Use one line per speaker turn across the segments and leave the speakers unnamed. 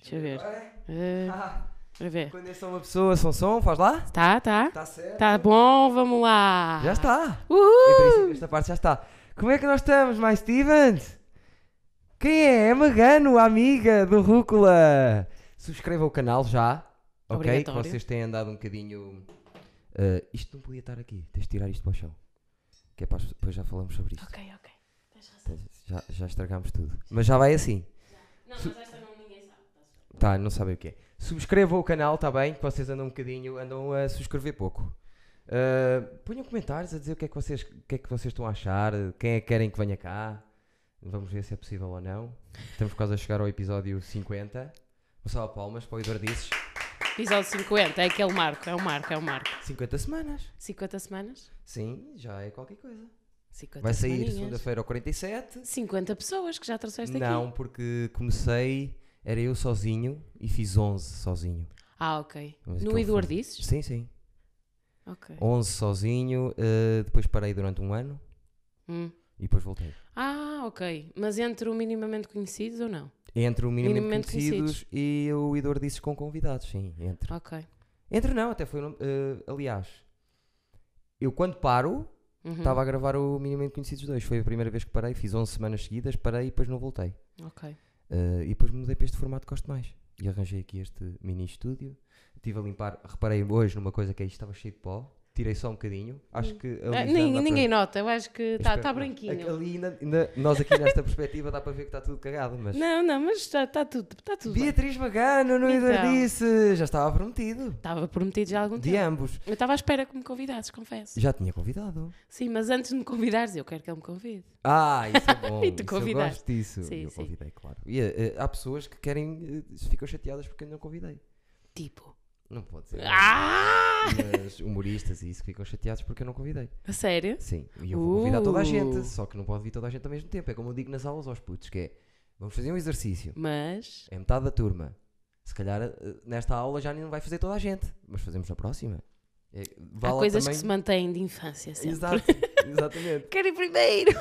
Deixa eu ver.
É.
Ah,
Ah,
Para ver.
quando é só uma pessoa, são som, faz lá.
Tá, tá.
Está certo.
Tá bom, vamos lá.
Já está. Em princípio,
Uhul!
esta parte já está. Como é que nós estamos, mais Stevens? Quem é? É Magano, a amiga do Rúcula. Subscreva o canal já. Ok? Que
Obrigatório.
vocês têm andado um bocadinho. Uh, isto não podia estar aqui. Tens de tirar isto para o chão. Que é para as- depois já falamos sobre isto.
Ok, ok.
Já, já estragámos tudo. Mas já vai assim.
Não, mas esta não ninguém sabe.
Tá, não sabem o que é. Subscrevam o canal, tá bem? Que vocês andam um bocadinho, andam a subscrever pouco. Uh, ponham comentários a dizer o que, é que vocês, o que é que vocês estão a achar, uh, quem é que querem que venha cá. Vamos ver se é possível ou não. Estamos quase a chegar ao episódio 50. Uma salva de palmas para o Eduardices.
Episódio 50, é aquele marco, é o marco, é o marco.
50 semanas.
50 semanas?
Sim, já é qualquer coisa.
50
Vai sair
semaninhas.
segunda-feira ao 47.
50 pessoas que já trouxeste aqui.
Não, porque comecei, era eu sozinho e fiz 11 sozinho.
Ah, ok.
Mas
no
aquele foi-
Eduardices?
Sim, sim.
Ok.
11 sozinho, eh, depois parei durante um ano
Hum.
e depois voltei.
Ah, ok. Mas entre o minimamente conhecidos ou não?
Entre o
Minimamente
Minimamente, Conhecidos, e o Idor Disses com convidados, sim, entre.
Ok.
Entre não, até foi, um- eh, aliás, eu quando paro,
Uhum.
estava a gravar o Minimamente Conhecidos 2, foi a primeira vez que parei, fiz 11 semanas seguidas, parei e depois não voltei.
Ok.
Eh, e depois mudei para este formato que gosto mais. E arranjei aqui este mini estúdio, estive a limpar, reparei hoje numa coisa que aí estava cheio de pó, tirei só um bocadinho, acho que... ali
Ah,
já
nin-
dá é para-
ninguém nota, eu acho que está
Espero-
branquinho.
Ali, na- na- nós aqui nesta perspectiva dá para ver que está tudo cagado, mas.
Não, não, mas está tá tudo, está tudo bem.
Beatriz Magano no
Então.
Eduardice! Já estava prometido.
Estava prometido já há algum
De
tempo.
ambos.
Eu estava à espera que me convidasse, confesso.
Já tinha convidado.
Sim, mas antes de me convidares, eu quero que ele me convide.
Ah, isso é bom.
E
isso
tu
Eu
convidaste.
gosto disso.
Sim,
eu
sim.
convidei, claro. E, eh, há pessoas que querem. eh, ficam chateadas porque eu não convidei.
Tipo,
Não pode ser.
ah!
Mas humoristas e isso ficam chateados porque eu não convidei.
A sério?
Sim, e eu vou convidar toda a
Uh.
gente, só que não pode vir toda a gente ao mesmo tempo. É como eu digo nas aulas aos putos, que é, vamos fazer um exercício.
Mas,
É metade da turma. Se calhar eh, nesta aula já não vai fazer toda a gente, mas fazemos na próxima. É, vale
há coisas
também-
que se mantêm de infância sempre.
Exato, exatamente.
Quero ir primeiro!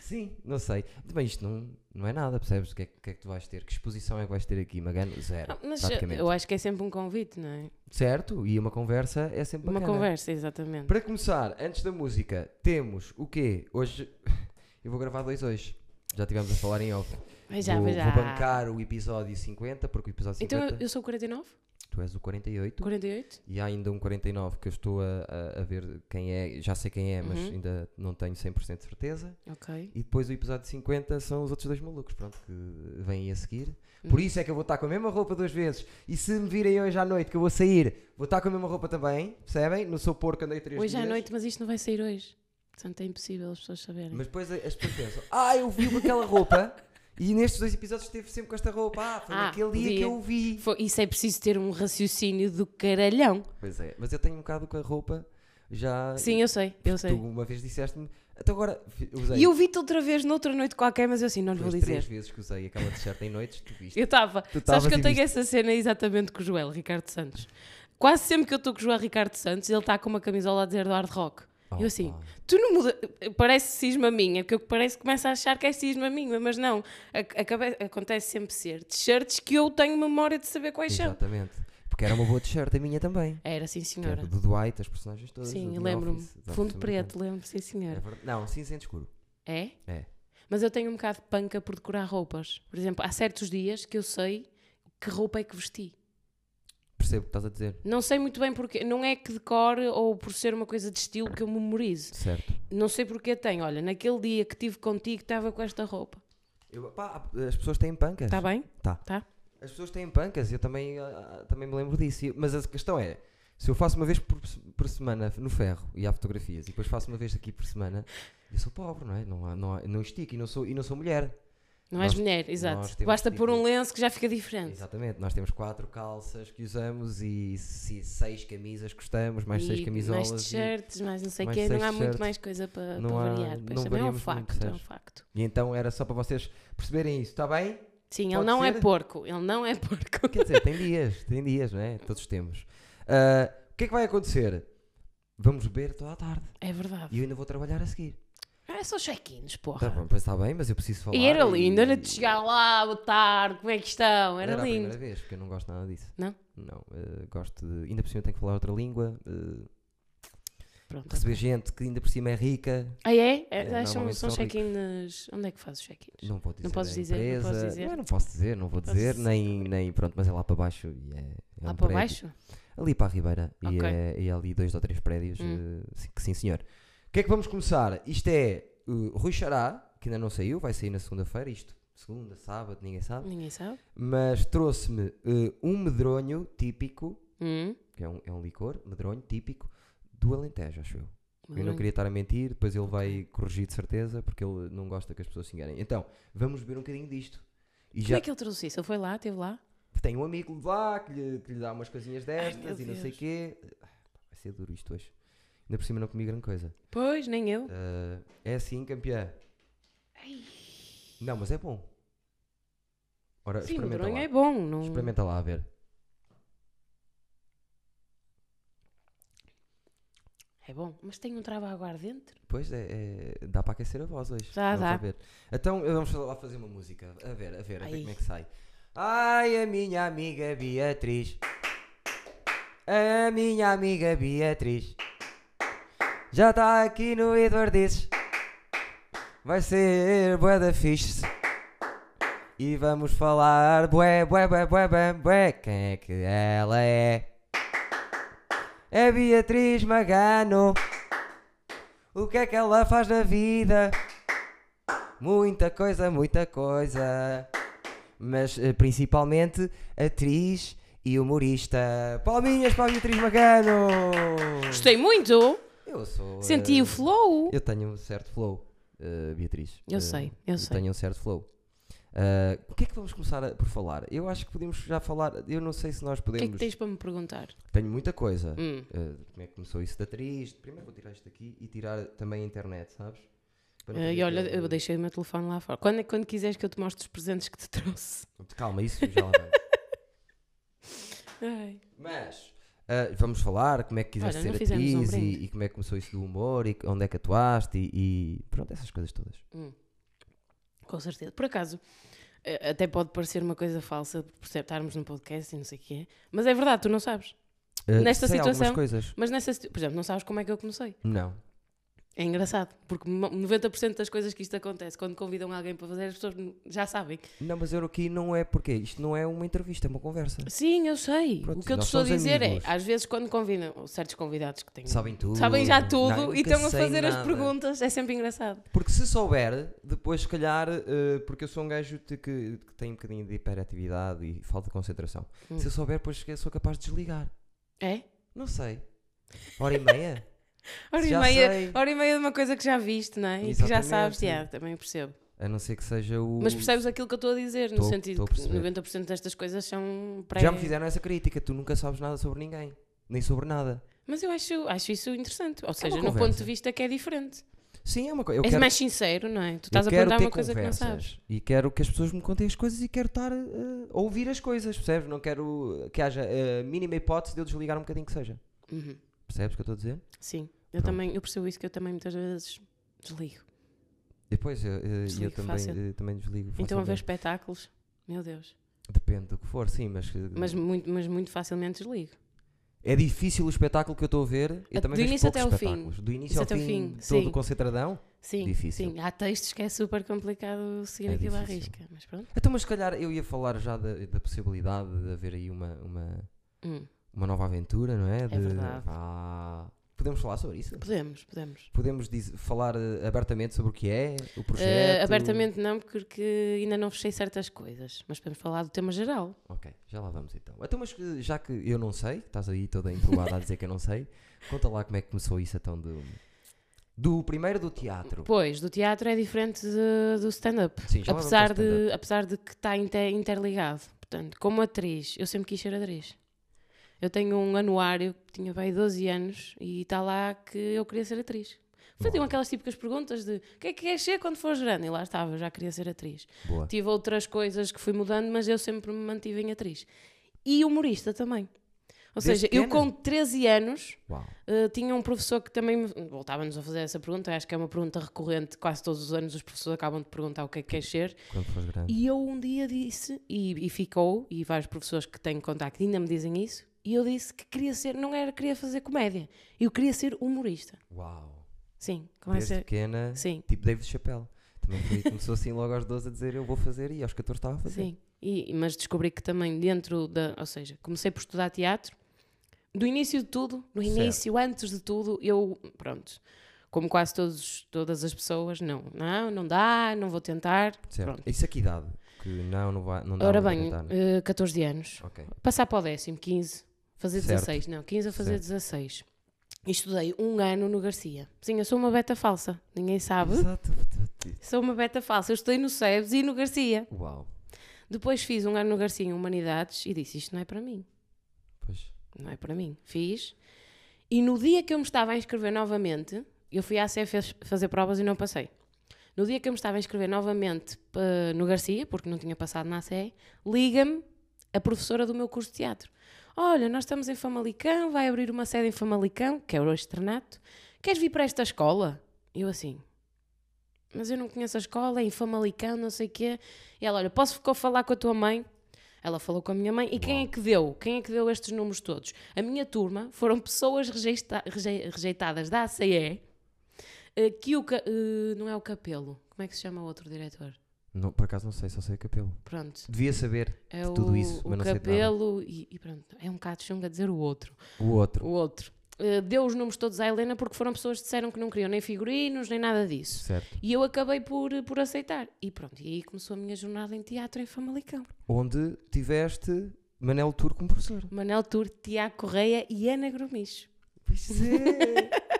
Sim, não sei. Muito bem, isto não, não é nada, percebes? O que, é, que- o que é que tu vais ter? Que exposição é que vais ter aqui, Magano? Zero,
Ah, Mas
praticamente.
eu acho que é sempre um convite, não é?
Certo, e uma conversa é sempre
Uma
bacana.
conversa, exatamente.
Para começar, antes da música, temos o quê? Hoje, eu vou gravar dois hoje. Já estivemos a falar em off.
Vai já,
vou,
vai já.
vou bancar o episódio 50, porque o episódio
Então
50,
eu- eu sou 49?
tu és o 48.
48?
E há ainda um 49 que eu estou a, a- a ver quem é, já sei quem é, mas
Uhum.
ainda não tenho 100% de certeza.
Ok.
E depois o episódio 50 são os outros dois malucos, pronto, que vêm aí a seguir. Por
Uhum.
isso é que eu vou estar com a mesma roupa duas vezes. E se me virem hoje à noite que eu vou sair, vou estar com a mesma roupa também, percebem? Não sou porco, andei três
Hoje
dias.
à noite, mas isto não vai sair hoje. Portanto, é impossível as pessoas saberem.
Mas depois as pessoas pensam, ah, eu vi com aquela roupa e nestes dois episódios esteve sempre com esta roupa. Ah, foi
Ah,
naquele dia que
podia.
eu o vi.
Foi- isso é preciso ter um raciocínio do caralhão.
Pois é, mas eu tenho um bocado com a roupa já...
Sim, eu sei, eu sei.
Tu uma vez disseste-me, até agora fi- usei
E eu vi-te outra vez, noutra noite qualquer, mas eu assim, não lhe
foi
vou
as
dizer.
três vezes que usei aquela t-shirt em noites, tu viste.
Eu estava. Sabes
tavas
que eu
e
tenho essa cena exatamente com o Joel Ricardo Santos. Quase sempre que eu estou com o Joel Ricardo Santos, ele está com uma camisola a dizer do hard rock. E eu assim,
Opa.
tu não muda. Parece cisma minha, porque eu parece que começo a achar que é cisma minha, mas não. A- acabe- acontece sempre ser t-shirts que eu tenho memória de saber quais são.
Exatamente. Porque era uma boa t-shirt, a minha também.
Era, sim,
Que era
senhora.
do Dwight, as personagens todas. do
Sim,
The
lembro-me.
Office, da
Fundo
Office
preto, lembro-me, sim, senhora.
americana. É verdade. Não, cinzento escuro.
É?
É.
Mas eu tenho um bocado de panca por decorar roupas. Por exemplo, há certos dias que eu sei que roupa é que vesti.
Percebo o que estás a dizer.
Não sei muito bem porque. Não é que decore ou por ser uma coisa de estilo que eu memorizo.
Certo.
Não sei porque tenho. Olha, naquele dia que tive contigo estava com esta roupa.
Eu- pá, as pessoas têm pancas.
Está bem?
Tá.
Tá.
As pessoas têm pancas, eu também, ah, ah, também me lembro disso. E- Mas a questão é, se eu faço uma vez por, se- por semana no ferro e há fotografias, e depois faço uma vez aqui por semana, eu sou pobre, não é? Não, há- não, há- não estico e não sou, e não sou mulher.
Não és
Nós-
mulher,
nós
exato.
temos
Basta
que
pôr um
dividir.
lenço que já fica diferente.
Exatamente, nós temos quatro calças que usamos e se- seis camisas que gostamos, mais
E
seis camisolas.
Mais
e,
t-shirts, mais não sei o
mais
quê.
seis
Não há muito
t-shirts.
mais coisa para
Não há-
variar.
não
Pois também é um
variamos muito,
facto, é um
sabes?
facto.
e então era só para vocês perceberem isso, está bem?
Sim, ele
Pode
não é
ser?
porco. Ele não é porco.
Quer dizer, tem dias, tem dias, não é? Todos temos. Ah, o que é que vai acontecer? Vamos beber toda a tarde
É verdade.
e eu ainda vou trabalhar a seguir.
Ah, só check-ins, porra.
Tá bom, pois está bem, mas eu preciso falar.
e era
e-
lindo, era de chegar lá, boa tarde, como é que estão? Era,
a
lindo.
primeira vez, porque eu não gosto nada disso.
Não?
Não, eh, gosto de. Ainda por cima tenho que falar outra língua, eh,
Pronto.
receber gente que ainda por cima é rica.
Ah, é? é,
É,
acham- são
normalmente são
check-ins. Onde é que faz os check-ins?
Não pode dizer.
Não podes
da
dizer, não podes
empresa.
dizer.
Não, não posso dizer, não vou
Podes
dizer,
dizer.
nem, nem pronto, mas é lá para baixo e é. é
Lá
um
para
prédio.
baixo?
Ali para a Ribeira. E,
Ok.
é, e é ali dois ou três prédios.
Hum.
eh, sim, que sim, senhor. O que é que vamos começar? Isto é eh, Rui Xará, que ainda não saiu, vai sair na segunda-feira. Isto, segunda, sábado, ninguém sabe.
Ninguém sabe.
Mas trouxe-me eh, um medronho típico,
Hum.
que é um, é um licor, medronho típico do Alentejo, acho eu. Eu não queria estar a mentir, depois ele vai corrigir de certeza, porque ele não gosta que as pessoas se enganem. Então, vamos beber um bocadinho disto. E
Como
já
é que ele trouxe isso? Ele foi lá, esteve lá?
tem um amigo de lá que lhe, que lhe dá umas coisinhas destas
meu
e não sei
Deus.
quê. Ah, pá, Vai ser duro isto hoje. Ainda por cima não comi grande coisa.
Pois, nem eu.
Ah, é assim, campeã. Não, mas é bom. Ora,
Sim, o
experimenta
medronho
lá.
é bom. Não...
Experimenta lá a ver.
É bom, mas tem um trava aguar dentro.
Pois é, é- dá para aquecer a voz hoje.
Dá,
Vamos
dá.
a ver. Então eh, vamos lá fazer uma música. A ver, a ver, a ver
Ai.
como é que sai. Ai, a minha amiga Beatriz. A minha amiga Beatriz. Já está aqui no Eduardices. Vai ser bué da fixe. E vamos falar bué, bué, bué, bué, bué, bué. Quem é que ela é? É Beatriz Magano. O que é que ela faz na vida? Muita coisa, muita coisa. Mas eh, principalmente atriz e humorista. Palminhas para a Beatriz Magano!
Gostei muito!
Eu sou.
Senti
eh,
o flow!
Eu tenho um certo flow, eh, Beatriz.
Eu
Eh,
sei, eu sei.
Tenho um certo flow. Eh, o que é que vamos começar a- por falar? Eu acho que podemos já falar. Eu não sei se nós
O que é
podemos.
que tens para me perguntar?
Tenho muita coisa.
Hum.
Uh, como é que começou isso da atriz? Primeiro vou tirar isto daqui e tirar também a internet, sabes? Para não
Ah, e
fazer
olha,
aquele-
eu deixei o meu telefone lá fora. Quando, quando quiseres que eu te mostre os presentes que te trouxe.
Calma, isso já lá vamos.
Ai.
Mas uh, vamos falar como é que quiseste
Olha,
ser
não fizemos um
atriz
brinde.
e, e como é que começou isso do humor e que- onde é que atuaste e, e pronto, essas coisas todas.
Com certeza. Por acaso, eh, até pode parecer uma coisa falsa por ser- estarmos num podcast e não sei o que é, mas é verdade, tu não sabes.
Uh,
Nesta
sei
situação-
algumas coisas.
Mas nessa, situ- por exemplo, não sabes como é que eu comecei.
Não.
É engraçado, porque mo- 90% das coisas que isto acontece, quando convidam alguém para fazer, as pessoas n- já sabem.
Não, mas eu aqui não é porque isto não é uma entrevista, é uma conversa.
Sim, eu sei.
Pronto,
o que eu te
nós
estou a
somos
dizer
amigos.
é, às vezes quando convidam ou certos convidados que têm...
Sabem tudo.
sabem já tudo
Não,
e
nunca
estão a
sei
fazer as
nada.
perguntas, é sempre engraçado.
Porque se souber, depois se calhar, eh, porque eu sou um gajo de que, que tem um bocadinho de hiperatividade e falta de concentração.
Hum.
Se eu souber, depois eu sou capaz de desligar.
É?
Não sei. Hora e meia?
Hora e,
Já
meia,
sei.
hora e meia de uma coisa que já viste, não é? E que já
Exatamente.
sabes, yeah, também percebo.
A não ser que seja o.
Mas percebes aquilo que eu estou a dizer, no
Tô- tô
sentido
a
que
perceber.
90% destas coisas são pré...
Já me fizeram essa crítica, tu nunca sabes nada sobre ninguém. Nem sobre nada.
Mas eu acho, acho isso interessante. Ou seja,
É uma
no ponto
conversa.
de vista que é diferente.
Sim, é uma coisa. Eu
És
quero,
mais sincero, não é? Tu
eu
estás a
quero
perguntar
ter
uma coisa
conversas
que não sabes.
E quero que as pessoas me contem as coisas e quero estar eh, a ouvir as coisas, percebes? Não quero eh, que haja a mínima hipótese de eu desligar um bocadinho que seja.
Uhum.
Percebes o que eu estou a dizer?
Sim, eu
Pronto.
também eu percebo isso que eu também muitas vezes desligo.
Depois eu, eh, eu
Desligo fácil.
também, eh, também desligo.
Então a ver
facilmente.
espetáculos, meu Deus.
Depende do que for, sim, mas, eh,
Mas muito, mas muito facilmente desligo.
é difícil o espetáculo que eu estou a ver. Eu
A-
também
do
vejo
início até
poucos
ao fim.
espetáculos. Do início
Isso
ao
até ao
fim,
fim, sim.
todo concentradão.
Sim,
Difícil.
sim. Há textos que é super complicado seguir
É
aquilo à
difícil.
risca. Mas pronto.
Então, mas se calhar eu ia falar já da, da possibilidade de haver aí uma, uma,
Hum,
uma nova aventura, não é? De-
verdade.
Vá. podemos falar sobre isso?
Podemos, podemos.
Podemos diz- falar eh, abertamente sobre o que é, o projeto?
Eh, abertamente não, porque ainda não fechei certas coisas. Mas podemos falar do tema geral.
Ok, já lá vamos então. Então, mas eh, já que eu não sei, estás aí toda entrolada a dizer que eu não sei, conta lá como é que começou isso então do, do primeiro do teatro.
Pois, do teatro é diferente de- do stand-up.
Sim, já lá vamos ao
Apesar
stand-up.
de, apesar de que está inte- interligado. Portanto, como atriz, eu sempre quis ser atriz. Eu tenho um anuário, tinha bem 12 anos, e está lá que eu queria ser atriz. Faziam
Boa.
aquelas típicas perguntas de o que é que queres ser quando fores grande? E lá estava, eu já queria ser atriz.
Boa.
Tive outras coisas que fui mudando, mas eu sempre me mantive em atriz. E humorista também. Ou seja,
Desde
eu
pequena?
com 13 anos
Uau.
eh, tinha um professor que também me- voltava-nos a fazer essa pergunta. Acho que é uma pergunta recorrente, quase todos os anos os professores acabam de perguntar o que é que queres ser.
Quando fores grande.
E eu um dia disse, e, e ficou, e vários professores que tenho contacto ainda me dizem isso, e eu disse que queria ser, não era queria fazer comédia, eu queria ser humorista.
Uau.
Sim,
Desde
começa.
pequena,
Sim,
tipo David Chappelle. Também foi, começou assim logo aos 12 a dizer eu vou fazer e aos 14 estava a fazer.
sim. E, mas descobri que também dentro da. Ou seja, comecei por estudar teatro. Do início de tudo, no
Certo.
início, antes de tudo, eu. Pronto. Como quase todos, todas as pessoas, não, não, não dá, não vou tentar.
Certo.
Pronto.
Isso a que idade? Que não, não, vai, não dá
Ora
para
bem,
tentar.
eh, 14 anos.
né? Ok.
Passar para o décimo, 15, fazer
Certo.
16, não, 15 a fazer
Certo.
16. E estudei um ano no Garcia. Sim, eu sou uma beta falsa, ninguém sabe.
Exato.
Sou uma beta falsa, eu estudei no SEBS e no Garcia.
Uau.
Depois fiz um ano no Garcia em Humanidades e disse: Isto não é para mim,
Pois.
não é para mim. Fiz. E no dia que eu me estava a inscrever novamente, eu fui à CF fazer provas e não passei. No dia que eu me estava a inscrever novamente pa- no Garcia, porque não tinha passado na ACE, liga-me a professora do meu curso de teatro. Olha, nós estamos em Famalicão, vai abrir uma sede em Famalicão, que é o externato. Queres vir para esta escola? Eu assim, mas eu não conheço a escola, é em Famalicão, não sei o quê. E ela, olha, posso ficar a falar com a tua mãe? Ela falou com a minha mãe. E quem é que deu? Quem é que deu estes números todos? A minha turma foram pessoas rejeita- reje- rejeitadas da ACE, eh, que o... ca- eh, não é o Capelo. Como é que se chama o outro diretor?
Não, por acaso não sei, só sei o capelo.
Pronto.
Devia saber
É
de tudo
o,
isso,
o
mas não sei de nada.
cabelo e, e pronto, é um bocado chunga dizer o outro.
O outro.
O outro. Eh, deu os números todos à Helena porque foram pessoas que disseram que não queriam nem figurinos, nem nada disso.
Certo.
E eu acabei por, eh, por aceitar. E pronto, e aí começou a minha jornada em teatro em Famalicão.
Onde tiveste Manel Tour como professor.
Manel Tour, Tiago Correia e Ana Gromicho.
Pois é.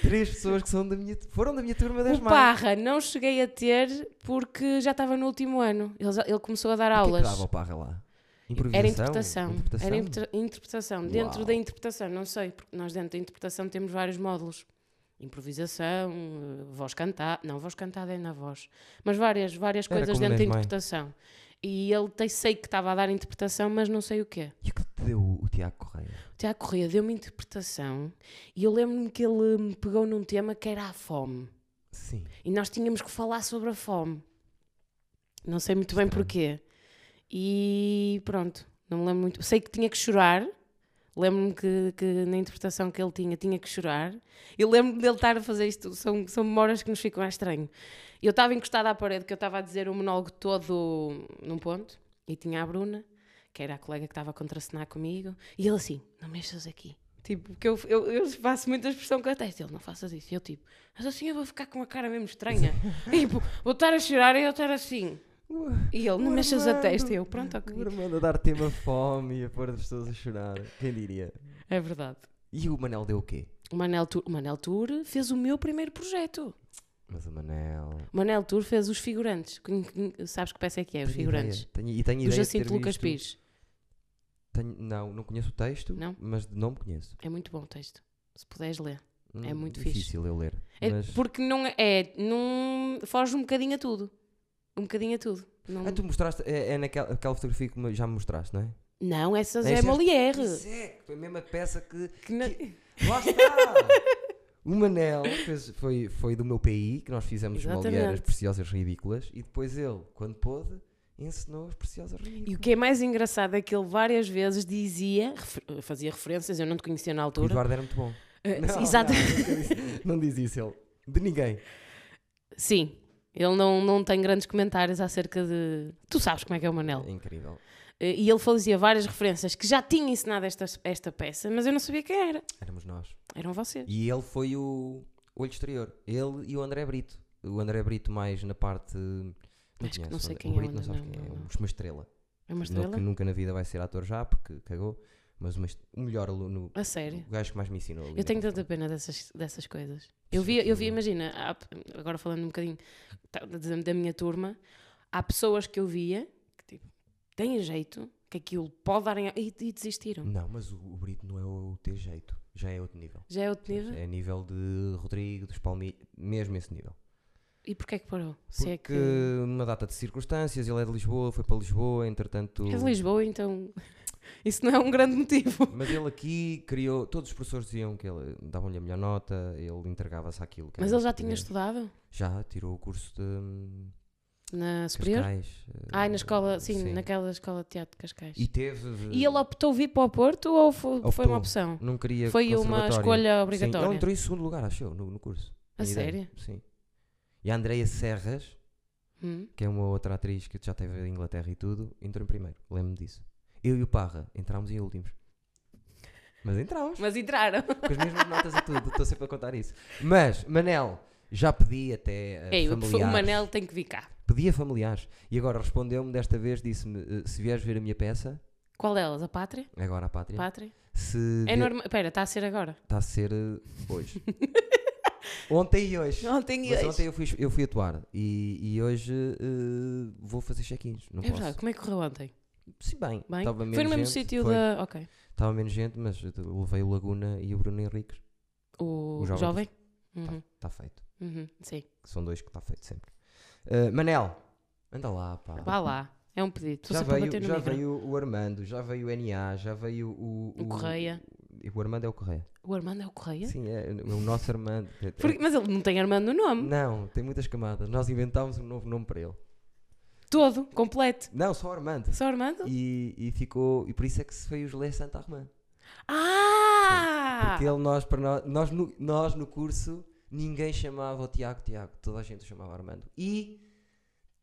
Três pessoas que são da minha, foram da minha turma das
O
mais.
Parra não cheguei a ter porque já estava no último ano. Ele, já- ele começou a dar
O que é que
aulas.
dava o Parra lá? Improvisação?
Era interpretação.
Interpretação?
Era inter- interpretação.
Uau.
Dentro da interpretação, não sei, porque nós dentro da interpretação temos vários módulos. Improvisação, eh, voz cantada, não, voz cantada é na voz, mas várias, várias
Era
coisas
como
dentro da
nas mães.
interpretação. E ele tem, sei que estava a dar interpretação, mas não sei o quê.
E o que te deu o Tiago Correia?
O Tiago Corrêa deu-me interpretação e eu lembro-me que ele me pegou num tema que era a fome.
Sim.
E nós tínhamos que falar sobre a fome. Não sei muito bem porquê. E pronto, não me lembro muito. Sei que tinha que chorar. Lembro-me que, que na interpretação que ele tinha, tinha que chorar. E lembro-me dele estar a fazer isto. São, são memórias que nos ficam a estranho. Eu estava encostada à parede, que eu estava a dizer o monólogo todo num ponto. E tinha a Bruna, que era a colega que estava a contracenar comigo. E ele assim, não mexas aqui. Tipo, que eu, eu, eu faço muita expressão com a testa. Ele, não faças isso. E eu tipo, mas assim eu vou ficar com uma cara mesmo estranha. tipo, vou estar a chorar e eu estar assim. E ele, não mexas a testa. E eu, pronto, ok.
O Armando a dar tema fome e a pôr as pessoas a chorar. Quem diria?
É verdade.
E o Manel deu o quê?
O Manel, Tour, o Manel Tour fez o meu primeiro projeto.
Mas o Manel...
O Manel Tour fez os figurantes. Quem- quem- Sabes que peça é que é, os
Tenho
figurantes.
ideia. Tenho, e tenho
O
ideia de ter
Jacinto Lucas
visto-
Pires.
Tenho- não, não conheço o texto,
Não?
mas de nome conheço.
É muito bom o texto. Se puderes ler. É
Hum,
muito fixe.
difícil eu ler.
É
mas...
Porque não é- é. Não, foge um bocadinho a tudo. Um bocadinho a tudo. Não,
Ah, tu mostraste, é, é naquela aquela fotografia que me- já me mostraste, não é?
não essas
Essa
é
é-
Molière.
Pois é, que foi mesmo a peça que.
Que na-
Lá está! o Manel fez- foi, foi do meu PI, que nós fizemos
Exatamente.
Molières Preciosas Ridículas, e depois ele, quando pôde, ensinou as Preciosas
E o
Ridículas.
que é mais engraçado é que ele várias vezes dizia, refer- fazia referências, eu não te conhecia na
O
altura.
Eduardo era muito bom.
é Eh,
Não,
exato.
Não, nunca disse- não diz isso ele. De ninguém.
Sim, ele não, não tem grandes comentários acerca de. Tu sabes como é que é o Manel.
É incrível.
Eh, E ele fazia várias referências que já tinha ensinado esta, esta peça, mas eu não sabia quem era.
Éramos nós.
Eram vocês.
E ele foi o olho exterior. Ele e o André Brito. O André Brito mais na parte. Não,
Acho que
conheces
não
o
sei
André-
quem é
o
o
Brito, não
André-
sabes
não,
quem é.
não,
É
não.
uma estrela.
É uma
Não-
estrela?
que nunca na vida vai ser ator já, porque cagou, mas uma est- o melhor aluno,
A sério.
o gajo que mais me ensinou. ali
Eu tenho
na-
tanta pena dessas, dessas coisas. Eu
Sim,
vi, eu vi
tudo.
imagina, há p- agora falando um bocadinho tá- da, da minha turma, há pessoas que eu via que tipo, têm jeito, que aquilo pode dar em. e, e desistiram.
Não, mas o, o Brito não é o ter jeito, já é outro nível.
Já é outro nível?
É nível de Rodrigo, dos Palmeiras, mesmo esse nível.
E porquê é que parou? Se
Porque
é que.
uma data de circunstâncias, ele é de Lisboa, foi para Lisboa, entretanto.
É de Lisboa, então. Isso não é um grande motivo.
Mas ele aqui criou. Todos os professores diziam que ele davam-lhe a melhor nota, ele entregava-se àquilo. que
Mas
era
ele já
que
tinha estudado
Já tirou o curso de hum,
na superior?
Cascais. eh,
Ai, na escola, sim,
sim.
naquela escola de teatro de Cascais.
E
E,
teve.
ele optou vir para o Porto ou fo-
Optou.
foi uma opção?
Não queria.
Foi uma
conservatório.
escolha
Sim, Ele
obrigatória.
entrou em segundo lugar, acho eu, no, no curso.
A
Tenho ideia.
sério?
Sim. E a Andreia Serras,
Hum.
que é uma outra atriz que já teve em Inglaterra e tudo, entrou em primeiro. Lembro-me disso. Eu e o Parra entrámos em últimos. Mas entrámos.
Mas entraram.
com as mesmas notas e tudo, estou sempre a contar isso. Mas, Manel, já pedi até eh,
Ei, o-
familiares.
o Manel tem que vir cá.
Pedi a familiares. E agora respondeu-me desta vez, disse-me, eh, se vieres ver a minha peça,
Qual delas? A Pátria?
agora a Pátria,
Pátria?
se
É normal. Espera, está a ser agora.
está a ser eh, hoje. ontem e hoje.
Ontem
Mas ontem eu fui, eu fui atuar e, e hoje eh, vou fazer check-ins. Não
É verdade,
posso.
como é que correu ontem?
Se bem,
Bem?
estava menos
Foi no mesmo
gente,
sítio
foi.
da. Ok.
Estava menos gente, mas eu levei o Laguna e o Bruno Henriques.
O,
O
o
jovem Tá.
jovem? Uhum,
Está feito.
uhum, sim.
que são dois que está feito sempre. Eh, Manel, anda lá, pá.
Vá lá. É um pedido. Estou
Tá, já
sempre a
veio,
bater no
já
micro.
veio o Armando, já veio o NA, já veio o.
O Correia.
e O, Armando é o Correia.
O Armando é o Correia?
Sim, é, é o nosso Armando. É- é-
Porque- mas ele não tem Armando no nome.
Não, tem muitas camadas. Nós inventámos um novo nome para ele.
Todo, completo.
Não, só Armando.
Só Armando?
E, e ficou. E por isso é que se foi os Lé Santa Armand.
Ah!
Porque ele, nós, para nós, nós, no, nós no curso, ninguém chamava o Tiago Tiago, toda a gente o chamava Armando. E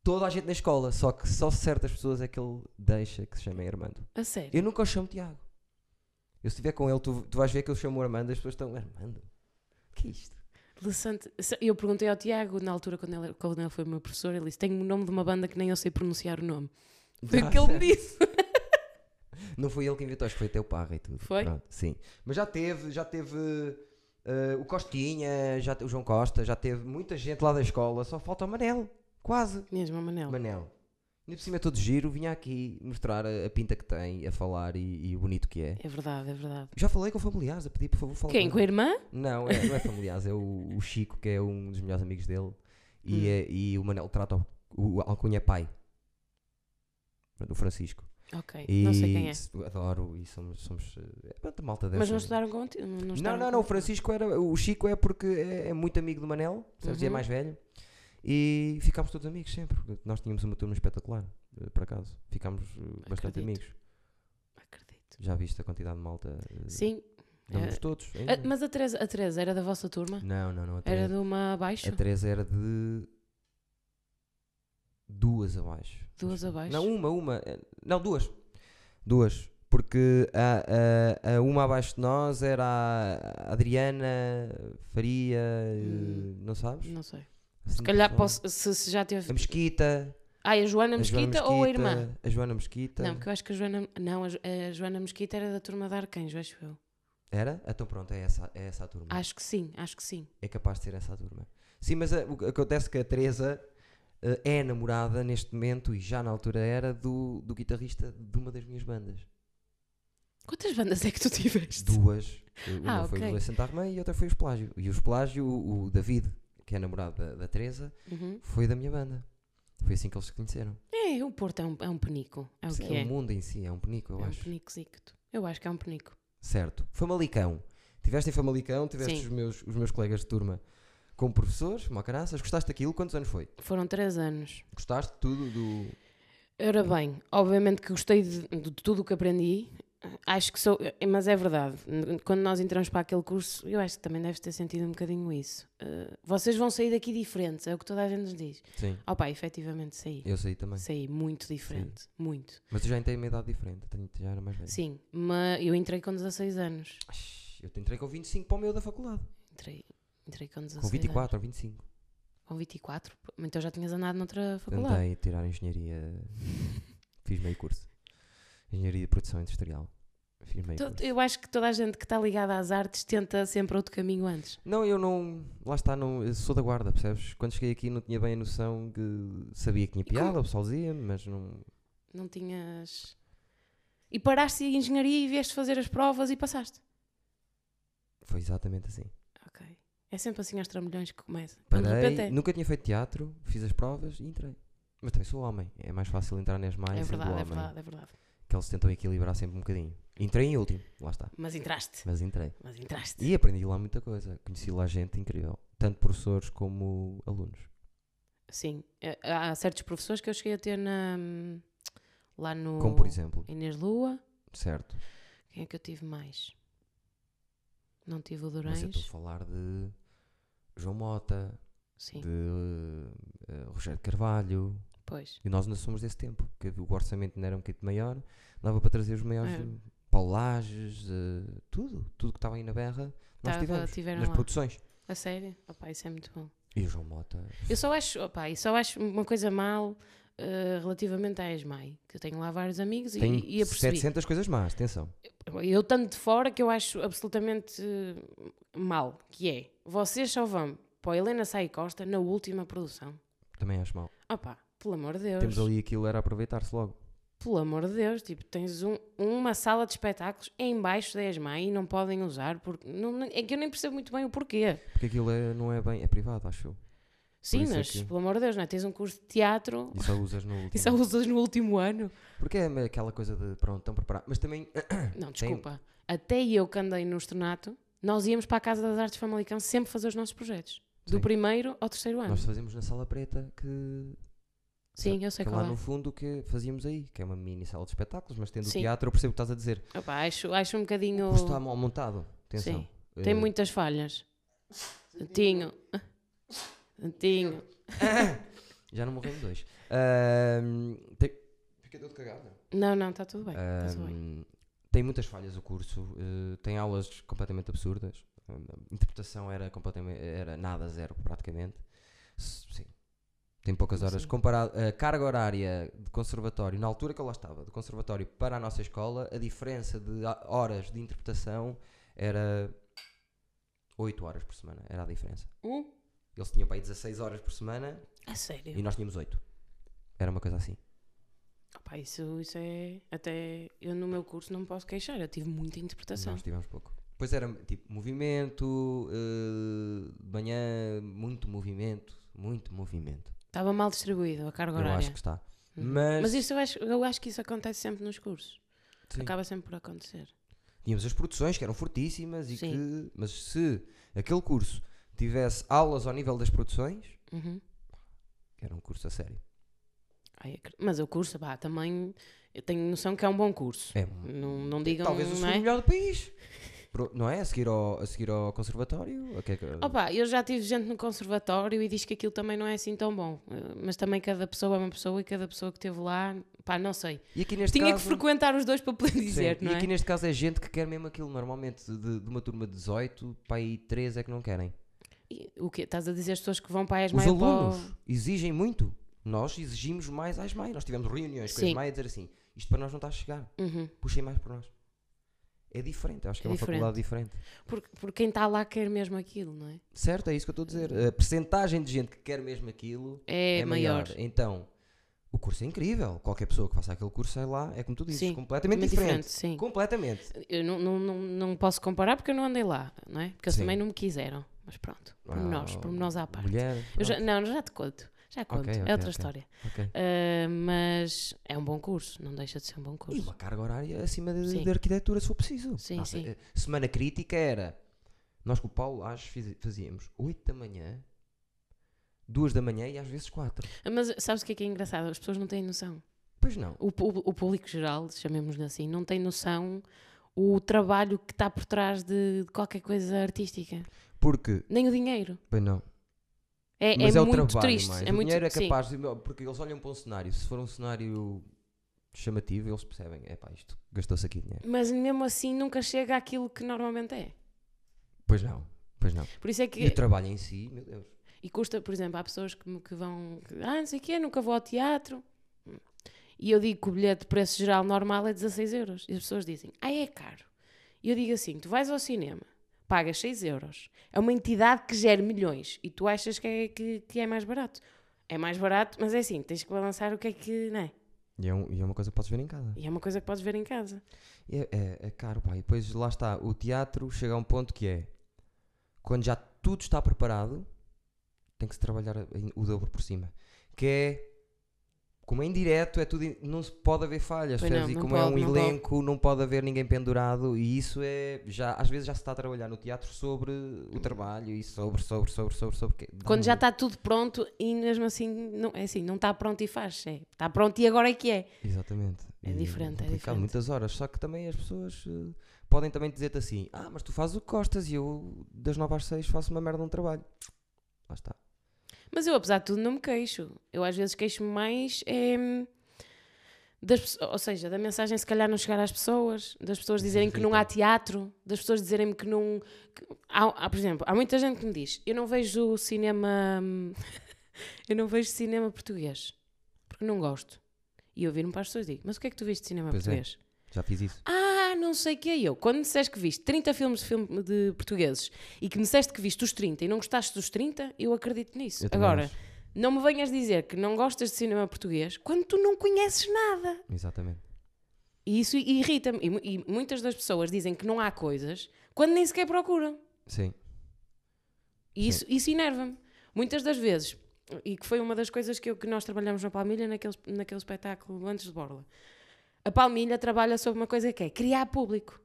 toda a gente na escola, só que só certas pessoas é que ele deixa que se chamem Armando.
A sério.
Eu nunca o chamo Tiago. Eu se estiver com ele, tu, tu vais ver que eu chamo Armando, as pessoas estão Armando. que é isto?
Interessante. Se- Eu perguntei ao Tiago, na altura, quando ele, quando ele foi meu professor, ele disse: Tenho o nome de uma banda que nem eu sei pronunciar o nome. Foi o que ele me disse.
Não foi ele que inventou, acho que foi até o Parra e tudo.
Foi?
Pronto, sim. Mas já teve, já teve eh, o Costinha, já te- o João Costa, já teve muita gente lá da escola, só falta o Manel. Quase.
Mesmo, a Manel.
Manel. Ainda por cima é todo giro, vinha aqui mostrar a, a pinta que tem, a falar e, e o bonito que é.
É verdade, é verdade.
Já falei com familiares a pedir, por favor, fala
Quem? Com
com
a
ele.
irmã?
Não, é, não é familiares, é o, o Chico, que é um dos melhores amigos dele. E,
Hum.
é- e o Manel trata o, o alcunha é pai. Pronto, O Francisco.
Ok,
E
não sei quem é.
se- Adoro e somos. somos eh, pronto, malta dessa.
Mas não estudaram contigo? Não, não,
Não,
estudaram
não, não, o
contigo?
Francisco era. O Chico é porque é, é muito amigo do Manel, sabes? e É
Uhum.
mais velho. E ficámos todos amigos sempre. Nós tínhamos uma turma espetacular, eh, por acaso. Ficámos eh, bastante
Acredito.
amigos.
Acredito.
Já viste a quantidade de malta? eh,
Sim.
Damos
Eh,
todos.
Ah,
ainda.
mas a Teresa, a Teresa era da vossa turma?
Não, não, não. A
Era
Teresa
de uma abaixo?
a Teresa era de. Duas abaixo.
Duas abaixo?
Não, uma, uma. eh, Não, duas. Duas. Porque a, a- a uma abaixo de nós era a Adriana Faria, eh,
Hum.
não sabes?
Não sei.
Assim,
Se calhar
pessoal.
posso, se, se já teve.
A Mesquita.
Ah, a Joana
a Joana
Mesquita ou a irmã?
Mesquita, tá. A Joana Mesquita.
Não, porque eu acho que a Joana. Não, a, Jo- a Joana Mesquita era da turma de Arcanjo, acho eu.
Era? Então pronto, é essa, é essa a turma.
Acho que sim, acho que sim.
É capaz de ser essa a turma. Sim, mas a- o que acontece é que a Teresa eh, é namorada neste momento e já na altura era do, do guitarrista de uma das minhas bandas.
Quantas bandas é que tu tiveste?
Duas. Eh, Uma
Ah,
foi
ok.
o Luís Santa Armã e outra foi o Esplágio. E o Esplágio, o, o David, que é namorado da, da Teresa,
Uhum.
foi da minha banda. Foi assim que eles se conheceram.
É, o Porto é um, é um penico. É o
Sim,
que é.
o mundo em si, é um penico, eu
é um
acho.
penico zicto. Eu acho que é um penico.
Certo. Famalicão. Tiveste em Famalicão, tiveste
Sim.
os meus, os meus colegas de turma como professores, uma caraças. Gostaste daquilo? Quantos anos foi?
Foram três anos.
Gostaste de tudo do.
Ora bem, obviamente que gostei de, de tudo o que aprendi. Acho que sou. Mas é verdade. Quando nós entramos para aquele curso, eu acho que também deves ter sentido um bocadinho isso. Eh, vocês vão sair daqui diferentes, é o que toda a gente nos diz.
Sim.
Opa, efetivamente saí.
Eu saí também.
Saí muito diferente. Muito.
Mas eu já entrei em uma idade diferente, tenho- já era mais velho.
Sim, mas eu entrei com 16 anos.
Ai, Eu te entrei com 25 para o meu da faculdade.
Entrei, entrei com 16
Com
anos.
24 ou 25.
Com 24? Então já tinhas andado noutra faculdade.
Tentei tirar engenharia. Fiz meio curso. Engenharia de produção industrial. Fiz meio
To-
curso.
Então, Eu acho que toda a gente que está ligada às artes tenta sempre outro caminho antes.
Não, eu não. Lá está, não, eu sou da guarda, percebes? Quando cheguei aqui não tinha bem a noção que sabia que tinha piada, o pessoal dizia-me, mas não.
Não tinhas. E paraste em engenharia e vieste fazer as provas e passaste.
Foi exatamente assim.
Ok. É sempre assim aos trambolhões que começa. Quando de repente
Parei,
é.
nunca tinha feito teatro, fiz as provas e entrei. Mas também sou homem, é mais fácil entrar nas mais
É
do
verdade,
homem.
é verdade, é verdade.
que eles tentam equilibrar sempre um bocadinho. Entrei em último, lá está.
Mas entraste.
Mas entrei.
Mas entraste.
E aprendi lá muita coisa. Conheci lá gente incrível. Tanto professores como alunos.
Sim. Eh, Há certos professores que eu cheguei a ter na, lá no.
Como por exemplo,
Inês Lua.
certo.
Quem é que eu tive mais? Não tive o
Mas eu estou a
Durães.
falar de João Mota,
Sim,
de eh, Rogério Carvalho.
pois.
E nós ainda somos desse tempo, que o orçamento ainda era um bocadinho maior, dava para trazer os maiores
É.
eh, Paulo Lages, eh, tudo, tudo que estava aí na berra, nós
Tava-
tivemos
tiveram
nas
lá.
produções.
A sério? Opa, isso é muito bom.
E o João Mota,
Eu só acho, opa, eu só acho uma coisa mal eh, relativamente à ESMAI, que eu tenho lá vários amigos e,
tem
e apercebi.
700 coisas más, atenção.
Eu tanto de fora que eu acho absolutamente eh, mal, que é, vocês só vão para a Helena Sai Costa na última produção.
Também acho mal.
Opa, pelo amor de Deus.
Temos ali aquilo, era aproveitar-se logo.
Pelo amor de Deus, tipo, tens um- uma sala de espetáculos embaixo da ESMAI e não podem usar, porque não- não- é que eu nem percebo muito bem o porquê.
Porque aquilo é- não é bem, é privado, acho eu.
Sim,
isso é
mas
que-
pelo amor de Deus, não é? Tens um curso de teatro
E só usas no
e só
último.
usas no último ano.
Porque é aquela coisa de, pronto, estão preparados. Mas também, eh,
Não, desculpa.
um-
Até eu que andei no estornato, nós íamos para a Casa das Artes Famalicão sempre fazer os nossos projetos. Do
Sim.
primeiro ao terceiro ano.
nós fazemos na sala preta que
Sim, eu sei
que é
qual
lá
é.
no fundo que fazíamos aí, que é uma mini sala de espetáculos, mas tendo
Sim.
o teatro, eu percebo o que estás a dizer.
Opa, acho, acho um
O
bocadinho...
custo está mal montado, atenção.
Sim. Tem
Eh,
muitas falhas. Tinho. Tinho.
Já não morremos hoje. Ahm, tem... Fica todo cagado. né?
Não, não, está tudo bem. tá tudo bem.
Ahm, tem muitas falhas o curso, eh, tem aulas completamente absurdas. A interpretação era completamente era nada, zero praticamente. S- Sim. Tem poucas horas.
Sim.
Comparado, a carga horária de conservatório, na altura que eu lá estava, de conservatório para a nossa escola, a diferença de a- horas de interpretação era 8 horas por semana. Era a diferença.
Hum?
Eles tinham para aí 16 horas por semana
A sério?
e nós tínhamos 8. Era uma coisa assim.
Opa, isso, isso é. Até eu no meu curso não me posso queixar, eu tive muita interpretação.
Nós tivemos pouco. Pois era tipo movimento, eh, de manhã, muito movimento, muito movimento.
Estava mal distribuído a carga horária.
Eu acho que está.
Uhum.
Mas,
Mas isso eu, acho, eu acho que isso acontece sempre nos cursos.
sim,
Acaba sempre por acontecer.
tínhamos as produções que eram fortíssimas e
Sim.
que. Mas se aquele curso tivesse aulas ao nível das produções,
Uhum.
era um curso a sério.
Ai, acre- mas o curso, pá, também. Eu tenho noção que é um bom curso.
É um-
Não, não digam.
talvez o
não
segundo
é?
melhor do país. Pro- Não é? A seguir ao, a seguir ao conservatório? A que é que-
Opa, eu já tive gente no conservatório e diz que aquilo também não é assim tão bom. Eh, Mas também cada pessoa é uma pessoa e cada pessoa que esteve lá, pá, não sei.
e aqui neste
Tinha
caso-
que frequentar os dois para poder
Sim,
dizer, não
e
é?
aqui neste caso é gente que quer mesmo aquilo. Normalmente de, de uma turma de 18, para aí 3 é que não querem.
E O quê? Estás a dizer as pessoas que vão para a
Os
ESMAI para o-
alunos exigem muito. Nós exigimos mais à ESMAI. Nós tivemos reuniões com
Sim.
a ESMAI a dizer assim: isto para nós não está a chegar,
Uhum.
puxem mais por nós. É diferente, eu acho que é,
É
uma faculdade diferente.
Porque, porque quem está lá quer mesmo aquilo, não é?
Certo, é isso que eu estou a dizer. A percentagem de gente que quer mesmo aquilo
É,
é, maior.
maior.
Então, o curso é incrível. Qualquer pessoa que faça aquele curso, sei lá, é como tu dizes,
Sim,
completamente
Muito
diferente.
sim.
Completamente.
Eu não, não, não, não posso comparar porque eu não andei lá, não é? Porque eles
Sim.
também não me quiseram. Mas pronto, pormenores,
Ah,
pormenores à parte.
Mulher.
Eu já-
pronto.
não, já te conto. Já conto,
Ok, ok,
é outra
ok.
história.
Ok.
Ah, mas é um bom curso, não deixa de ser um bom
E
curso.
uma carga horária acima de,
Sim.
de arquitetura, se for preciso.
Sim,
Nossa,
sim.
eh, Semana crítica era. Nós com o Paulo às fiz- fazíamos 8 da manhã, 2 da manhã e às vezes 4.
Mas sabes o que é que é engraçado? As pessoas não têm noção.
Pois não.
O, pu- o público geral, chamemos-lhe assim, não tem noção o trabalho que está por trás de qualquer coisa artística.
Porque.
Nem o dinheiro.
Pois não.
É,
Mas
é,
é, o
muito
trabalho
triste.
mais.
É
o
muito
dinheiro é
sim.
capaz de. Porque eles olham para um cenário. Se for um cenário chamativo, eles percebem. É pá, isto gastou-se aqui dinheiro.
Mas mesmo assim nunca chega àquilo que normalmente é.
Pois não. Pois não.
Por isso é
E o
que.
trabalho em si, meu Deus.
E custa, por exemplo, há pessoas que, me- que vão. que, ah, não sei o quê, nunca vou ao teatro. E eu digo que o bilhete de preço geral normal é 16 euros. E as pessoas dizem, ah, é caro. E eu digo assim: tu vais ao cinema, pagas 6 euros. É uma entidade que gera milhões. E tu achas que é, que, que é mais barato. É mais barato, mas é assim: tens que balançar o que é que. Não é?
E é, um- e é uma coisa que podes ver em casa.
E é uma coisa que podes ver em casa.
É, é- é caro, pá. E depois lá está, o teatro chega a um ponto que é quando já tudo está preparado, tem que se trabalhar em- o dobro por cima. Que é Como é indireto, é tudo, in- não se pode haver falhas,
Pois
percebes?
não,
e
não
como é
pode,
um
não pode.
elenco, não pode haver ninguém pendurado, e isso é, já, às vezes já se está a trabalhar no teatro sobre o trabalho e sobre, sobre, sobre, sobre, sobre. é, quê?
Quando já está tudo pronto e mesmo assim, não, é assim, não está pronto e faz. é, Está pronto e agora é que é.
Exatamente.
É
E
diferente, é
complicado,
diferente.
muitas horas, só que também as pessoas eh, podem também dizer-te assim, ah, mas tu fazes o que gostas e eu das 9 às 6 faço uma merda um trabalho. Lá está.
Mas eu, apesar de tudo, não me queixo. Eu às vezes queixo-me mais é, das, pesso- ou seja, da mensagem se calhar não chegar às pessoas, das pessoas dizerem que não há teatro, das pessoas dizerem-me que não. que- há- há, por exemplo, há muita gente que me diz: eu não vejo cinema. hum, eu não vejo cinema português porque não gosto. E eu viro-me para as pessoas e digo: mas o que é que tu viste de cinema
Pois é.
português?
Já fiz isso.
Ah, não sei o que é eu. Quando me disseste que viste 30 filmes de, filme de portugueses e que me disseste que viste os 30 e não gostaste dos 30, eu acredito nisso.
Eu também
Agora,
acho.
não me venhas dizer que não gostas de cinema português quando tu não conheces nada.
Exatamente.
E isso irrita-me. E mu- E, muitas das pessoas dizem que não há coisas quando nem sequer procuram.
Sim.
E isso, isso enerva-me. Muitas das vezes. E que foi uma das coisas que, eu- que nós trabalhamos na Palmilha naquele, naquele espetáculo antes de Borla. A Palmilha trabalha sobre uma coisa que é criar público.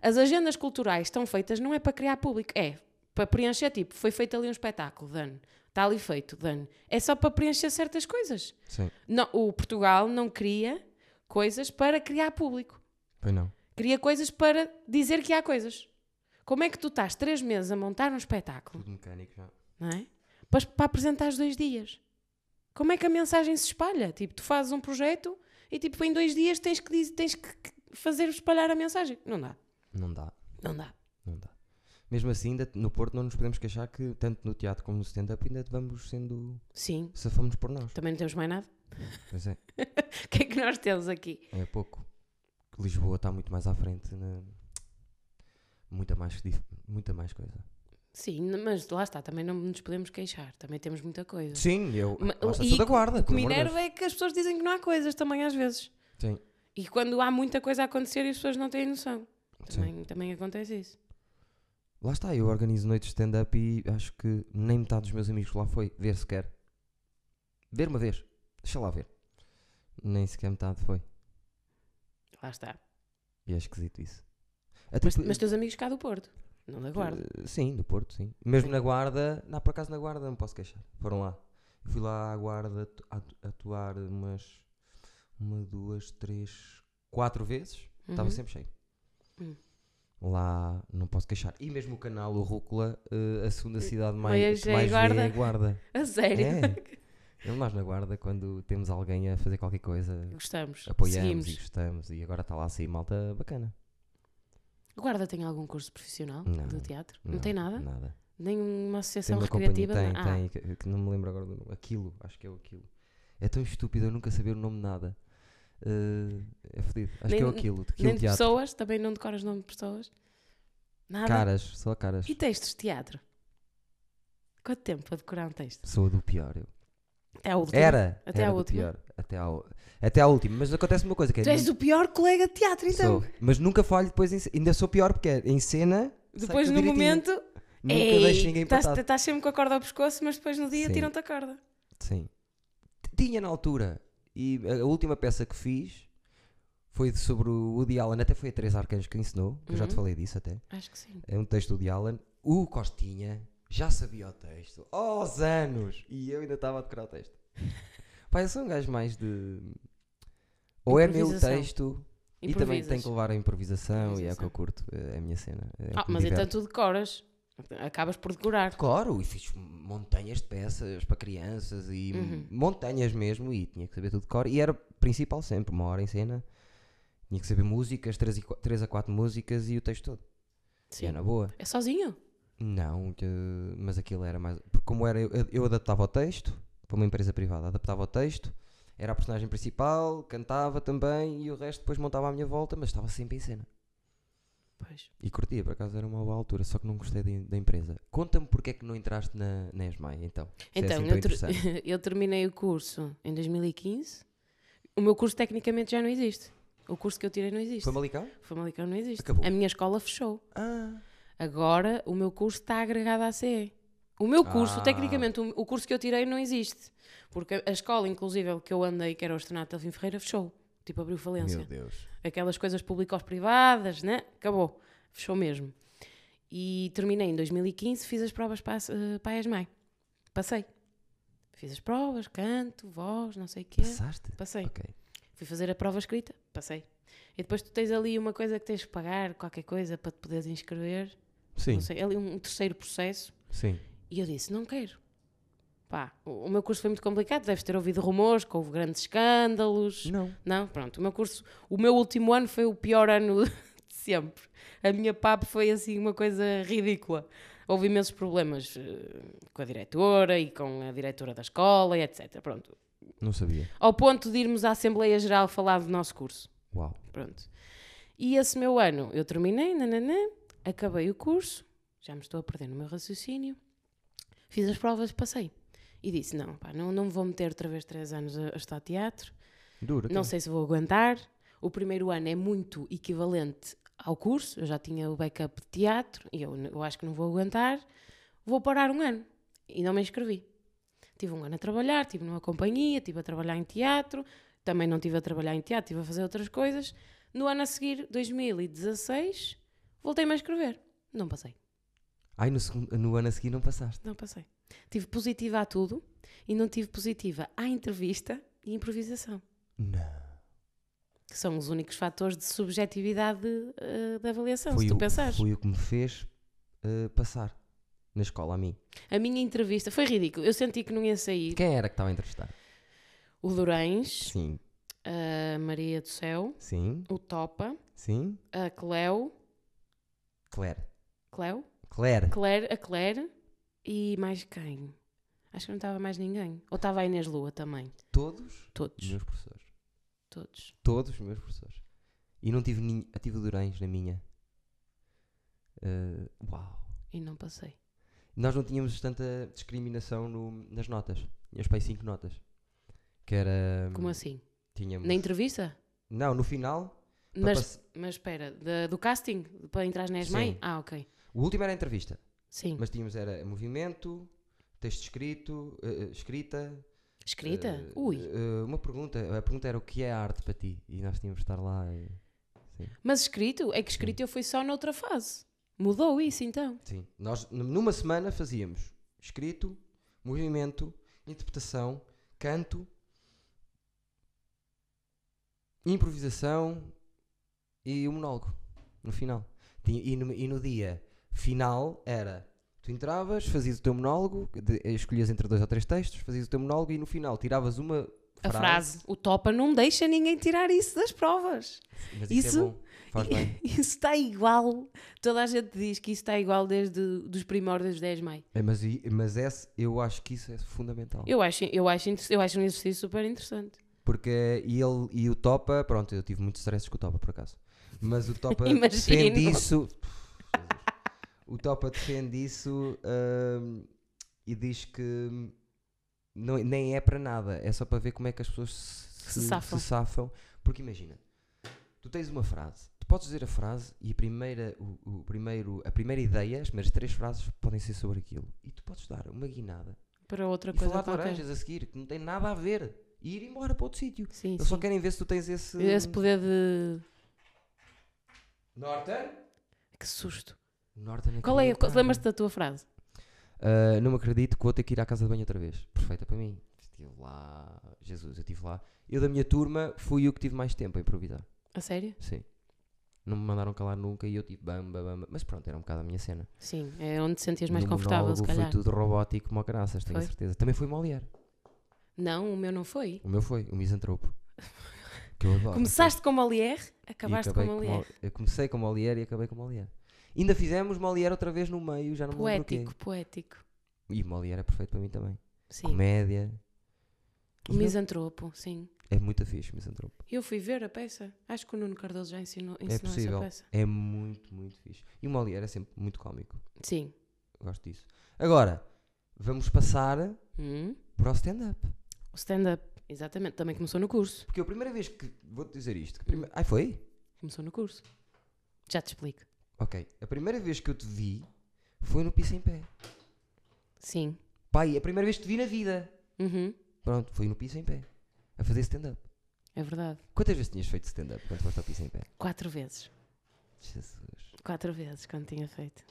As agendas culturais estão feitas não é para criar público, é para preencher, tipo, foi feito ali um espetáculo, dano. Está ali feito, dano. É só para preencher certas coisas.
Sim.
Não, o Portugal não cria coisas para criar público.
Pois não.
Cria coisas para dizer que há coisas. Como é que tu estás três meses a montar um espetáculo
Tudo mecânico já.
não é? Para, para apresentar os dois dias. Como é que a mensagem se espalha? Tipo, tu fazes um projeto e tipo, em dois dias tens que, diz- tens que que fazer espalhar a mensagem. Não dá.
Não dá.
Não dá.
Não dá. Mesmo assim, ainda no Porto não nos podemos queixar que, tanto no teatro como no stand-up, ainda vamos sendo.
Sim.
safamos por nós.
Também não temos mais nada.
Pois é,
O que é que nós temos aqui?
é pouco. Lisboa está muito mais à frente. na- Muita, mais, dif- muita mais coisa.
Sim, n- mas lá está, também não nos podemos queixar. Também temos muita coisa.
Sim, eu.
Ma-
lá está,
e
sou da guarda.
O que
pelo
me
amor de Deus.
enerva é que as pessoas dizem que não há coisas também às vezes.
Sim,
E quando há muita coisa a acontecer e as pessoas não têm noção.
sim.
Também, também acontece isso.
Lá está, eu organizo noites de stand-up e acho que nem metade dos meus amigos lá foi ver sequer. Ver uma vez. Deixa lá ver. Nem sequer metade foi.
Lá está.
E é esquisito isso. Até
Mas,
por-
mas teus amigos cá do Porto. Não da guarda.
Eh, Sim, do Porto, sim. Mesmo na Guarda, não, por acaso na Guarda não posso queixar. Foram lá. Eu fui lá à Guarda atu- atu- atuar umas. Uma, duas, três, quatro vezes. Estava
Uhum.
sempre cheio.
Hum.
Lá não posso queixar. E mesmo o canal, o Rúcula, eh, a segunda cidade mais,
Mas
que
Hum. é
mais vê é a
Guarda.
Guarda.
A sério.
É. Nós na Guarda, quando temos alguém a fazer qualquer coisa,
Gostamos.
apoiamos e
Seguimos.
gostamos. E agora está lá a sair malta bacana.
O Guarda tem algum curso profissional
Não,
do teatro? Não, tem nada?
Nada.
Nenhuma
Tem
associação
uma
recreativa? Ah,
companhia, tem,
Não-
tem, que, que não me lembro agora do nome. Aquilo, acho que é o aquilo. É tão estúpido eu nunca saber o nome de nada. Eh, é fodido. Acho
Nem-
que é o aquilo, de
Ah, nem
aquilo
de
teatro.
pessoas? Também não decoras nome de pessoas? Nada?
Caras, só caras.
E textos de teatro? Quanto tempo para decorar um texto?
Sou do pior. Eu.
Até ao último.
Era,
Até
era
à
do
última?
pior. Até ao, até ao último. Mas acontece uma coisa que é.
Tu és
nu-
o pior colega de teatro, então.
sou. mas nunca falho depois em ce- Ainda sou pior porque é em cena. sai
Depois,
tudo
no
direitinho.
momento,
Nunca
ei,
deixo ninguém
estás,
empatado.
estás sempre com a corda ao pescoço, mas depois no dia
Sim.
tiram-te a corda.
Sim. T- Tinha na altura. E a a última peça que fiz foi de- sobre o Woody Allen. Até foi a Teresa Arcanjos que ensinou. Eu já te
Uhum.
falei disso até.
Acho que sim.
É um texto de Allen. O Costinha já sabia o texto aos anos e eu ainda estava a decorar o texto. Pai, eu sou um gajo mais de. Ou é meu
Improvisação.
texto e também
Improvisas.
tenho que levar a improvisação e é o
Improvisação.
que eu curto, é a minha cena. É o
Ah,
que me
mas então
diverte.
tu decoras. Acabas por decorar.
Decoro e fiz montanhas de peças para crianças e
Uhum.
montanhas mesmo e tinha que saber tudo de cor e era principal sempre, uma hora em cena. Tinha que saber músicas, 3 a 4 músicas e o texto todo. E é na boa.
É sozinho?
Não, que- mas aquilo era mais. Porque como era, eu, eu adaptava o texto para uma empresa privada, adaptava o texto, era a personagem principal, cantava também e o resto depois montava à minha volta, mas estava sempre em cena.
Pois.
E curtia, por acaso era uma boa altura, só que não gostei da, da empresa. Conta-me porque é que não entraste na, na ESMAI, então. se é
Então,
assim tão
eu, ter-
interessante.
eu terminei o curso em 2015. O meu curso tecnicamente já não existe. O curso que eu tirei não existe.
Foi Malicão?
Famalicão não existe.
Acabou.
A minha escola fechou.
Ah,
Agora o meu curso está agregado à CE. O meu curso,
Ah.
tecnicamente, o o curso que eu tirei não existe. Porque a escola, inclusive, que eu andei, que era o Estrenato Delfim Ferreira, fechou. Tipo, abriu falência.
Meu Deus.
Aquelas coisas públicos-privadas, né? Acabou. Fechou mesmo. E terminei em 2015, fiz as provas para, a S- eh, para a ESMAI. Passei. Fiz as provas, canto, voz, não sei o quê.
Passaste?
Passei.
Ok.
Fui fazer a prova escrita, passei. E depois tu tens ali uma coisa que tens que pagar, qualquer coisa, para te poderes inscrever.
Sim,
Não sei, ali um terceiro processo.
sim.
E eu disse, não quero. Pá, o o meu curso foi muito complicado, deves ter ouvido rumores, que houve grandes escândalos.
Não.
Não, pronto, o meu curso, o meu último ano foi o pior ano de sempre. A minha PAP foi assim uma coisa ridícula. Houve imensos problemas eh, com a diretora e com a diretora da escola e etc. Pronto.
Não sabia.
Ao ponto de irmos à Assembleia Geral falar do nosso curso.
Uau.
Pronto. E esse meu ano eu terminei, nananã, acabei o curso, já me estou a perder no meu raciocínio, fiz as provas, passei. E disse: não, pá, não, não me vou meter outra vez três anos a, a estudar teatro,
Dura.
não
tá.
sei se vou aguentar. O primeiro ano é muito equivalente ao curso, eu já tinha o backup de teatro e eu, n- eu acho que não vou aguentar. Vou parar um ano e não me inscrevi. Tive um ano a trabalhar, estive numa companhia, estive a trabalhar em teatro, também não estive a trabalhar em teatro, estive a fazer outras coisas. No ano a seguir, 2016, voltei-me a escrever. Não passei,
Ai, no, segundo- no ano a seguir não passaste.
não passei. Tive positiva a tudo e não tive positiva à entrevista e improvisação.
Não.
que são os únicos fatores de subjetividade eh, da avaliação,
Foi
se tu
o-
pensares.
Foi o que me fez eh, passar na escola a mim.
A minha entrevista foi ridícula. Eu senti que não ia sair.
Quem era que estava a entrevistar?
O Durães,
Sim,
a Maria do Céu,
sim,
o Topa,
sim.
a Cleo,
Claire.
Cleo?
Claire.
Claire, a Claire e mais quem? Acho que não estava mais ninguém. Ou estava a Inês Lua também.
Todos os
Todos,
meus professores.
todos.
Todos os meus professores. E não tive ninguém. Tive o Durães na minha. Eh, uau.
E não passei.
Nós não tínhamos tanta discriminação no- nas notas. Tínhamos para aí 5 notas. Que era.
Como assim?
Tínhamos.
Na entrevista?
Não, no final. para
Mas,
pass-
mas espera, da- do casting? Para entrar na ESMAI?
Sim.
Ah, ok.
O último era a entrevista.
Sim.
Mas tínhamos era movimento, texto escrito, eh, eh, escrita.
Escrita?
eh,
Ui.
eh, uma pergunta. A pergunta era o que é arte para ti? E nós tínhamos de estar lá. eh,
Mas escrito? É que escrito eu fui só noutra fase. Mudou isso então?
Sim. Nós n- numa semana fazíamos escrito, movimento, interpretação, canto, improvisação e o monólogo no final. Tinha- E no, e no dia final era tu entravas, fazias o teu monólogo, de- escolhias entre dois ou três textos, fazias o teu monólogo e no final tiravas uma
A
frase.
frase. O Topa não deixa ninguém tirar isso das provas.
Mas
Isso-
isso é bom, faz bem.
Isso está igual. Toda a gente diz que isso está igual desde os primórdios de 10 de maio.
É, mas, i- mas esse, eu acho que isso é fundamental.
Eu acho, eu, acho, inter- eu acho um exercício super interessante.
Porque e ele e o Topa, pronto, eu tive muitos stresses com o Topa por acaso. Mas o Topa
Imagino.
defende isso. o Topa defende isso hum, e diz que não, nem é para nada, é só para ver como é que as pessoas se,
Se safam.
safam. Porque imagina, tu tens uma frase, tu podes dizer a frase e a primeira, o, o primeiro, a primeira ideia, as primeiras três frases podem ser sobre aquilo. E tu podes dar uma guinada
Para outra
e
coisa
falar de
qualquer.
laranjas a seguir, que não tem nada a ver. E ir embora para outro sítio.
Sim,
Eles só
sim.
querem ver se tu tens esse.
Esse poder de...
Norton?
Que susto.
Norton é
Qual é?
acreditar.
Lembras-te da tua frase?
Ah, não me acredito que vou ter que ir à casa de banho outra vez. Perfeita para mim. Estive lá. Jesus, eu estive lá. Eu da minha turma fui eu que tive mais tempo a improvisar.
A sério?
Sim. Não me mandaram calar nunca e eu tive bamba, bamba. Mas pronto, era um bocado a minha cena.
Sim, é onde te sentias mais
No
confortável, se
monólogo
calhar.
Foi tudo robótico, mó graças, tenho
Foi?
certeza. Também fui Molière.
Não, o meu não foi.
O meu foi, o misantropo. que eu adoro.
Começaste com Molière,
E
acabaste com
acabei com
Molière.
Mol- Eu comecei com Molière e acabei com Molière. Ainda fizemos Molière outra vez no meio, já não me lembro o quê.
Poético, poético.
E Molière é perfeito para mim também.
Sim.
é Comédia.
O misantropo, sim.
É muito fixe, misantropo.
Eu fui ver a peça. Acho que o Nuno Cardoso já ensinou,
É
ensinou essa
possível.
peça.
É muito, muito fixe. E o Molière é sempre muito cómico.
Sim.
Eu gosto disso. Agora, vamos passar
Hum.
para o stand-up.
O stand-up, exatamente. Também começou no curso.
Porque a primeira vez que. Vou-te dizer isto. que a prime- Ai, foi?
Começou no curso. Já te explico.
Ok. A primeira vez que eu te vi foi no Pisa em Pé.
Sim.
Pai, é a primeira vez que te vi na vida.
Uhum.
Pronto, fui no piso em pé. A fazer stand-up.
É verdade.
Quantas vezes tinhas feito stand-up quando foste ao piso em pé?
Quatro vezes.
Jesus.
Quatro vezes quando tinha feito.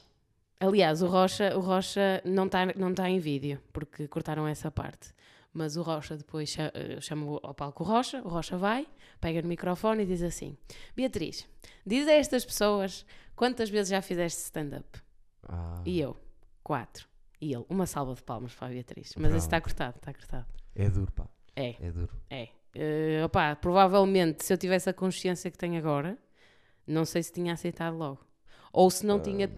Aliás, o Rocha, o Rocha não está não tá em vídeo, porque cortaram essa parte. Mas o Rocha depois cha- eh, chama ao palco o Rocha, o Rocha vai, pega no microfone e diz assim: Beatriz, diz a estas pessoas quantas vezes já fizeste stand-up.
Ah,
E eu, quatro. E ele, uma salva de palmas para a Beatriz. Mas isso está cortado, está cortado.
É duro, pá.
É.
É duro.
É. Eh, opá, provavelmente, se eu tivesse a consciência que tenho agora, não sei se tinha aceitado logo. Ou se não tinha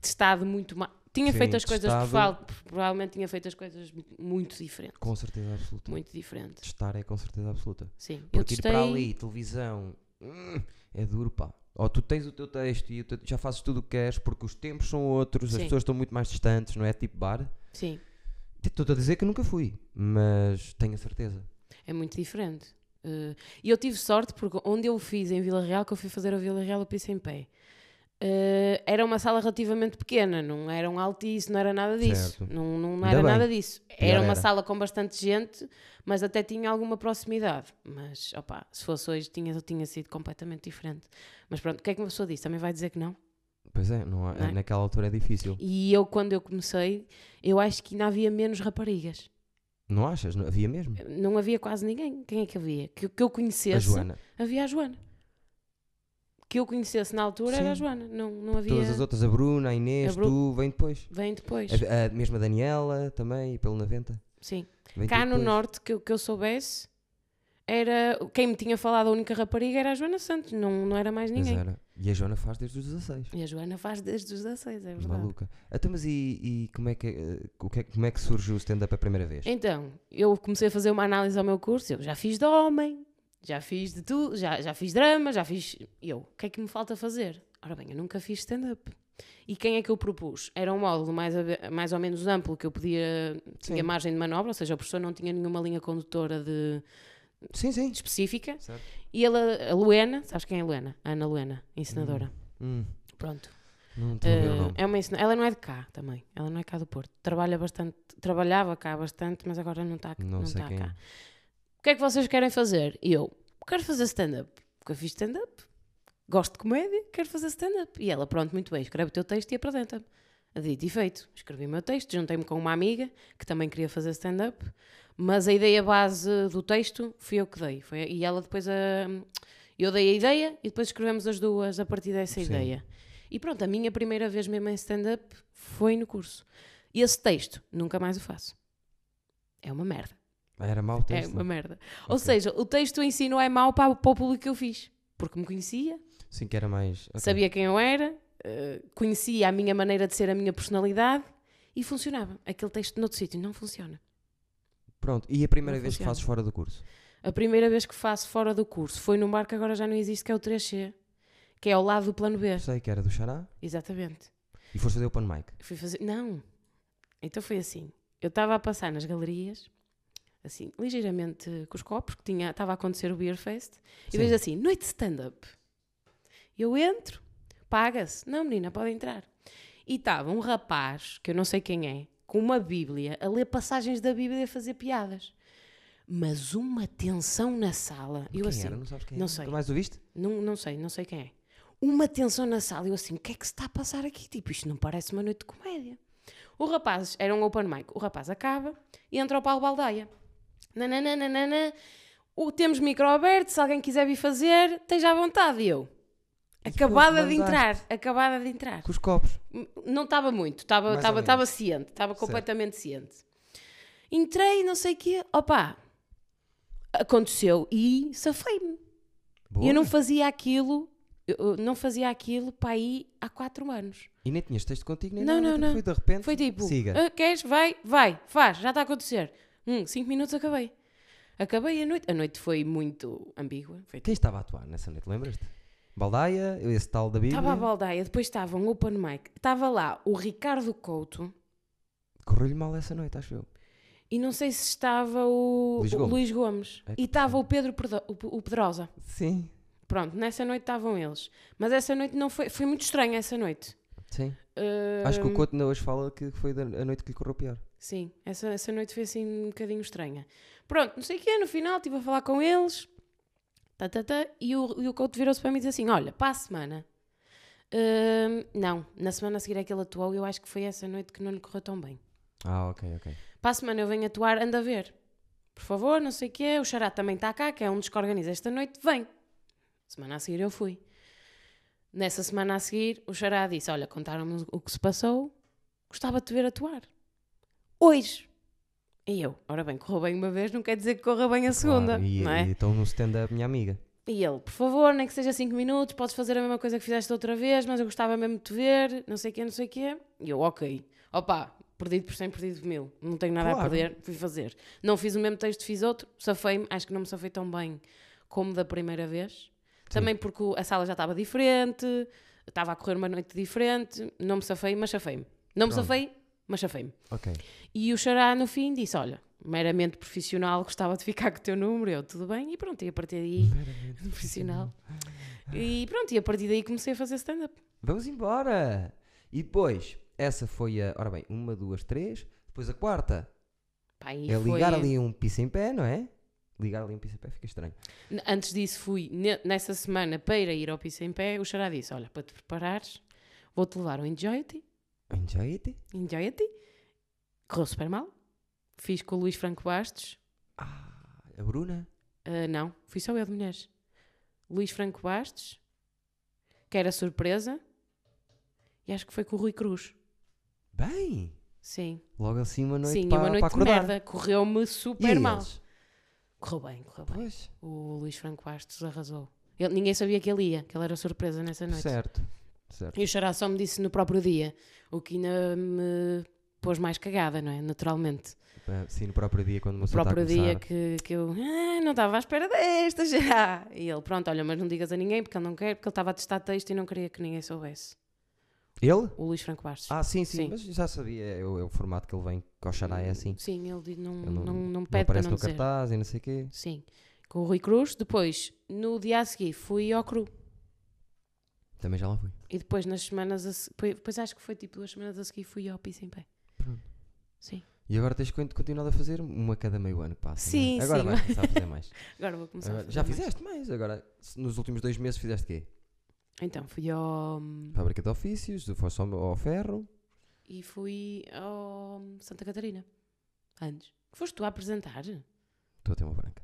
testado muito mais. Tinha
Ah. sim,
feito as coisas por
testado.
falta, provavelmente tinha feito as coisas mu- muito diferentes.
Com certeza absoluta.
Muito diferentes.
Testar é com certeza absoluta.
Sim. eu
Porque ir
testei.
para ali, televisão, hum, é duro, pá. Ou tu tens o teu texto e o teu- já fazes tudo o que queres porque os tempos são outros, as
Sim.
pessoas estão muito mais distantes, não é? Tipo bar.
Sim,
Estou a dizer que nunca fui, mas tenho a certeza.
é muito diferente. Eh, E eu tive sorte porque onde eu o fiz em Vila Real, que eu fui fazer a Vila Real, eu piso em pé. Eh, era uma sala relativamente pequena, não era um altíssimo, não era nada disso.
Certo.
Não, não,
Ainda
era
bem.
nada disso. Era
Pior
uma
era.
sala com bastante gente, mas até tinha alguma proximidade. Mas, opá, se fosse hoje, tinha, tinha sido completamente diferente. Mas pronto, o que é que uma pessoa diz? Também vai dizer que não?
Pois é, não há-
Não é?
naquela altura é difícil.
E eu, quando eu comecei, eu acho que ainda havia menos raparigas.
Não achas? Não, havia mesmo?
Não havia quase ninguém. Quem é que havia? Que, que eu
a
conhecesse,
Joana.
havia a Joana. Que eu conhecesse na altura era a
Sim.
Joana. Não, não havia.
Todas as outras, a Bruna, a Inês,
A Bru-
tu, vem depois.
Vem depois.
A, a mesma Daniela também, pelo 90.
Sim.
Vem
Cá
tudo
no
depois.
Norte, que, eu- que eu soubesse, era. Quem me tinha falado, a única rapariga era a Joana Santos, não, não era mais
Pois
ninguém.
era. E a Joana faz desde os 16.
E a Joana faz desde os 16, é verdade.
Maluca. Então, mas e, e como, é que, eh, o que é- como é que surgiu o stand-up a primeira vez?
Então, eu comecei a fazer uma análise ao meu curso, eu já fiz de homem, já fiz de tudo, já, já fiz drama, já fiz. Eu, o que é que me falta fazer? Ora bem, eu nunca fiz stand-up. E quem é que eu propus? Era um módulo mais, abe- mais ou menos amplo que eu podia. tinha
Sim.
margem de manobra, ou seja, o professor não tinha nenhuma linha condutora de,
Sim, sim.
específica.
Certo.
E ela, a Luena, sabes quem é a Luena? A Ana Luena, ensinadora.
Hum,
Pronto.
não estou a ver o
Eh,
nome.
é uma ensina... Ela não é de cá também. Ela não é cá do Porto. Trabalha bastante, trabalhava cá bastante, mas agora não está
Não,
não
sei
tá
quem. é.
cá. O que é que vocês querem fazer? E eu, quero fazer stand-up. Porque eu fiz stand-up. Gosto de comédia, quero fazer stand-up. E ela, pronto, muito bem, escreve o teu texto e apresenta-me. Dito e feito. Escrevi o meu texto, juntei-me com uma amiga que também queria fazer stand-up, mas a ideia base do texto fui eu que dei. Foi, e ela depois a. Eu dei a ideia e depois escrevemos as duas a partir dessa
Sim.
ideia. E pronto, a minha primeira vez mesmo em stand-up foi no curso. E esse texto, nunca mais o faço. É uma merda.
Ah, Era mau o
É
texto.
uma
não?
merda. Ou
Ok.
seja, o texto em si não é mau para, para o público que eu fiz. Porque me conhecia,
Sim, que era mais. ok.
sabia quem eu era, eh, conhecia a minha maneira de ser, a minha personalidade e funcionava. Aquele texto noutro sítio não funciona.
Pronto, e a primeira
Não
vez que
funciona.
fazes fora do curso?
A primeira vez que faço fora do curso foi num bar que agora já não existe, que é o 3C, que é ao lado do plano B.
Sei que era do Xará
Exatamente.
e foste fazer o pan mic.
Fui fazer. Não! Então foi assim. Eu estava a passar nas galerias, assim, ligeiramente com os copos, que tinha, estava a acontecer o Beer Fest, e
Sim.
vejo assim: noite de stand-up. Eu entro, paga-se. Não, menina, pode entrar. E estava um rapaz, que eu não sei quem é, com uma Bíblia, a ler passagens da Bíblia e a fazer piadas. Mas uma tensão na sala. Eu
quem
assim,
era? Não sabes quem
não
era?
sei.
Tu mais ouviste?
não, não sei, não sei quem é. Uma tensão na sala, eu assim, o que é que se está a passar aqui? Tipo, isto não parece uma noite de comédia. O rapaz, era um open mic, o rapaz acaba e entra ao Paulo Baldaia. Nananana, o, temos micro aberto, se alguém quiser vir fazer, esteja à vontade. E eu, acabada de entrar, acabada de entrar.
Com os copos.
Não estava muito, estava
Mais ou
estava-
menos.
estava ciente, estava completamente ciente. Entrei, não sei o quê, opa, aconteceu e safei-me.
Boa.
Eu não fazia aquilo, eu- eu não fazia aquilo para aí há quatro anos.
E nem tinhas texto contigo, nem
Não,
nada,
não,
então
não.
Foi de repente.
Foi tipo,
Siga.
"Ah, queres? Vai, vai, faz, já está a acontecer. Hum, cinco minutos acabei. Acabei a noite. A noite foi muito ambígua. Foi tipo,
Quem estava a atuar nessa noite, lembras-te? Baldaia, esse tal da Bíblia.
Estava a baldaia, depois estava um open mic. Estava lá o Ricardo Couto
Correu-lhe mal essa noite, acho eu.
e não sei se estava o o
Luís
Luís
Gomes.
Gomes.
É que
e estava o Pedro Pedro- o o Pedrosa.
Sim.
Pronto, nessa noite estavam eles. Mas essa noite não foi. Foi muito estranha essa noite.
Sim.
Ah,
Acho que o Couto ainda hoje fala que foi da- a noite que lhe correu pior.
Sim, essa, essa noite foi assim um bocadinho estranha. Pronto, não sei o que é, no final estive a falar com eles tá, tá, tá, e, o, e o Couto virou-se para mim e disse assim: Olha, para a semana. Hum, não, na semana a seguir é que ele atuou e eu acho que foi essa noite que não lhe correu tão bem.
Ah, ok, ok.
Para a semana eu venho atuar, anda a ver. Por favor, não sei o que é. O Xará também está cá, que é um dos que organiza esta noite, vem. Semana a seguir eu fui. Nessa semana a seguir, o Xará disse: Olha, contaram-me o que se passou, gostava de te ver atuar. Hoje. E eu, ora bem, correu bem uma vez, não quer dizer que corra bem a segunda,
Claro, Ah, e,
não é?
e estão no stand-up, minha amiga.
E ele, por favor, nem que seja 5 minutos, podes fazer a mesma coisa que fizeste outra vez, mas eu gostava mesmo de te ver, não sei o quê, não sei o quê. E eu, ok. Opa, perdido por 100, perdido por mil. Não tenho nada a
Claro.
perder, fui fazer. Não fiz o mesmo texto, fiz outro, safei-me, acho que não me safei tão bem como da primeira vez. Também porque o- a sala já estava diferente, estava a correr uma noite diferente, não me safei, mas safei-me. Não me
Pronto.
safei, mas safei-me.
Ok.
E o Xará no fim disse: Olha, meramente profissional, gostava de ficar com o teu número, eu tudo bem, e pronto, e a partir daí, profissional. E pronto, e a partir daí comecei a fazer stand-up.
Vamos embora! E depois, essa foi a. Ora bem, uma, duas, três. Depois a quarta
Pá, e
é
foi-
ligar ali um piso em pé, não é? Ligar ali um piso em pé fica estranho.
N- Antes disso, fui ne- nessa semana para ir ao piso em pé. O Xará disse: Olha, para te preparares, vou-te levar ao Enjoy-te.
Enjoy-te.
Enjoy-te. Correu super mal. Fiz com o Luís Franco Bastos.
A Bruna.
Ah, não, fui só eu de mulheres. Luís Franco Bastos, que era surpresa, e acho que foi com o Rui Cruz.
Bem!
Sim,
Logo assim uma noite
sim, e
para,
uma
para
noite de
acordar.
merda. Correu-me
E
super
eles?
mal. Correu bem, correu bem.
Pois,
O Luís Franco Bastos arrasou. Ele- ninguém sabia que ele ia, que ele era surpresa nessa noite.
certo. Certo.
E o Xará só me disse no próprio dia, o que ainda me pôs mais cagada, não é? Naturalmente.
Ah, Sim, no próprio dia, quando uma
O
pessoa está a
próprio dia
começar.
que, que eu "Ah, não estava à espera desta já. E ele, pronto, olha, mas não digas a ninguém porque ele não quer, porque ele estava a testar texto e não queria que ninguém soubesse.
Ele?
O Luís Franco Bastos.
Ah, sim, sim,
Sim.
Mas já sabia, é o, é o formato que ele vem, que Oxalá é assim.
Sim, ele diz- não,
Ele
não, não, me
Não
pede para
aparece
não
no
dizer.
cartaz e não sei o quê.
Sim. Com o Rui Cruz. Depois, no dia a seguir, fui ao Cru.
Também já lá fui.
E depois, nas semanas a se- depois- Depois acho que foi tipo duas semanas a seguir, fui ao Piso em Pé.
Pronto.
Sim.
E agora tens con- continuado a fazer uma a cada meio ano que passa. não é?
Sim,
Agora
sim,
vais começar a fazer mais.
Agora vou começar a
Agora-
fazer
Ah, já
mais.
fizeste mais. Agora, se nos últimos dois meses fizeste quê?
Então, fui ao...
Fábrica de ofícios, do foste ao, ao ferro.
E fui ao hum, Santa Catarina. Antes. Que foste tu a apresentar?
Estou a ter uma branca.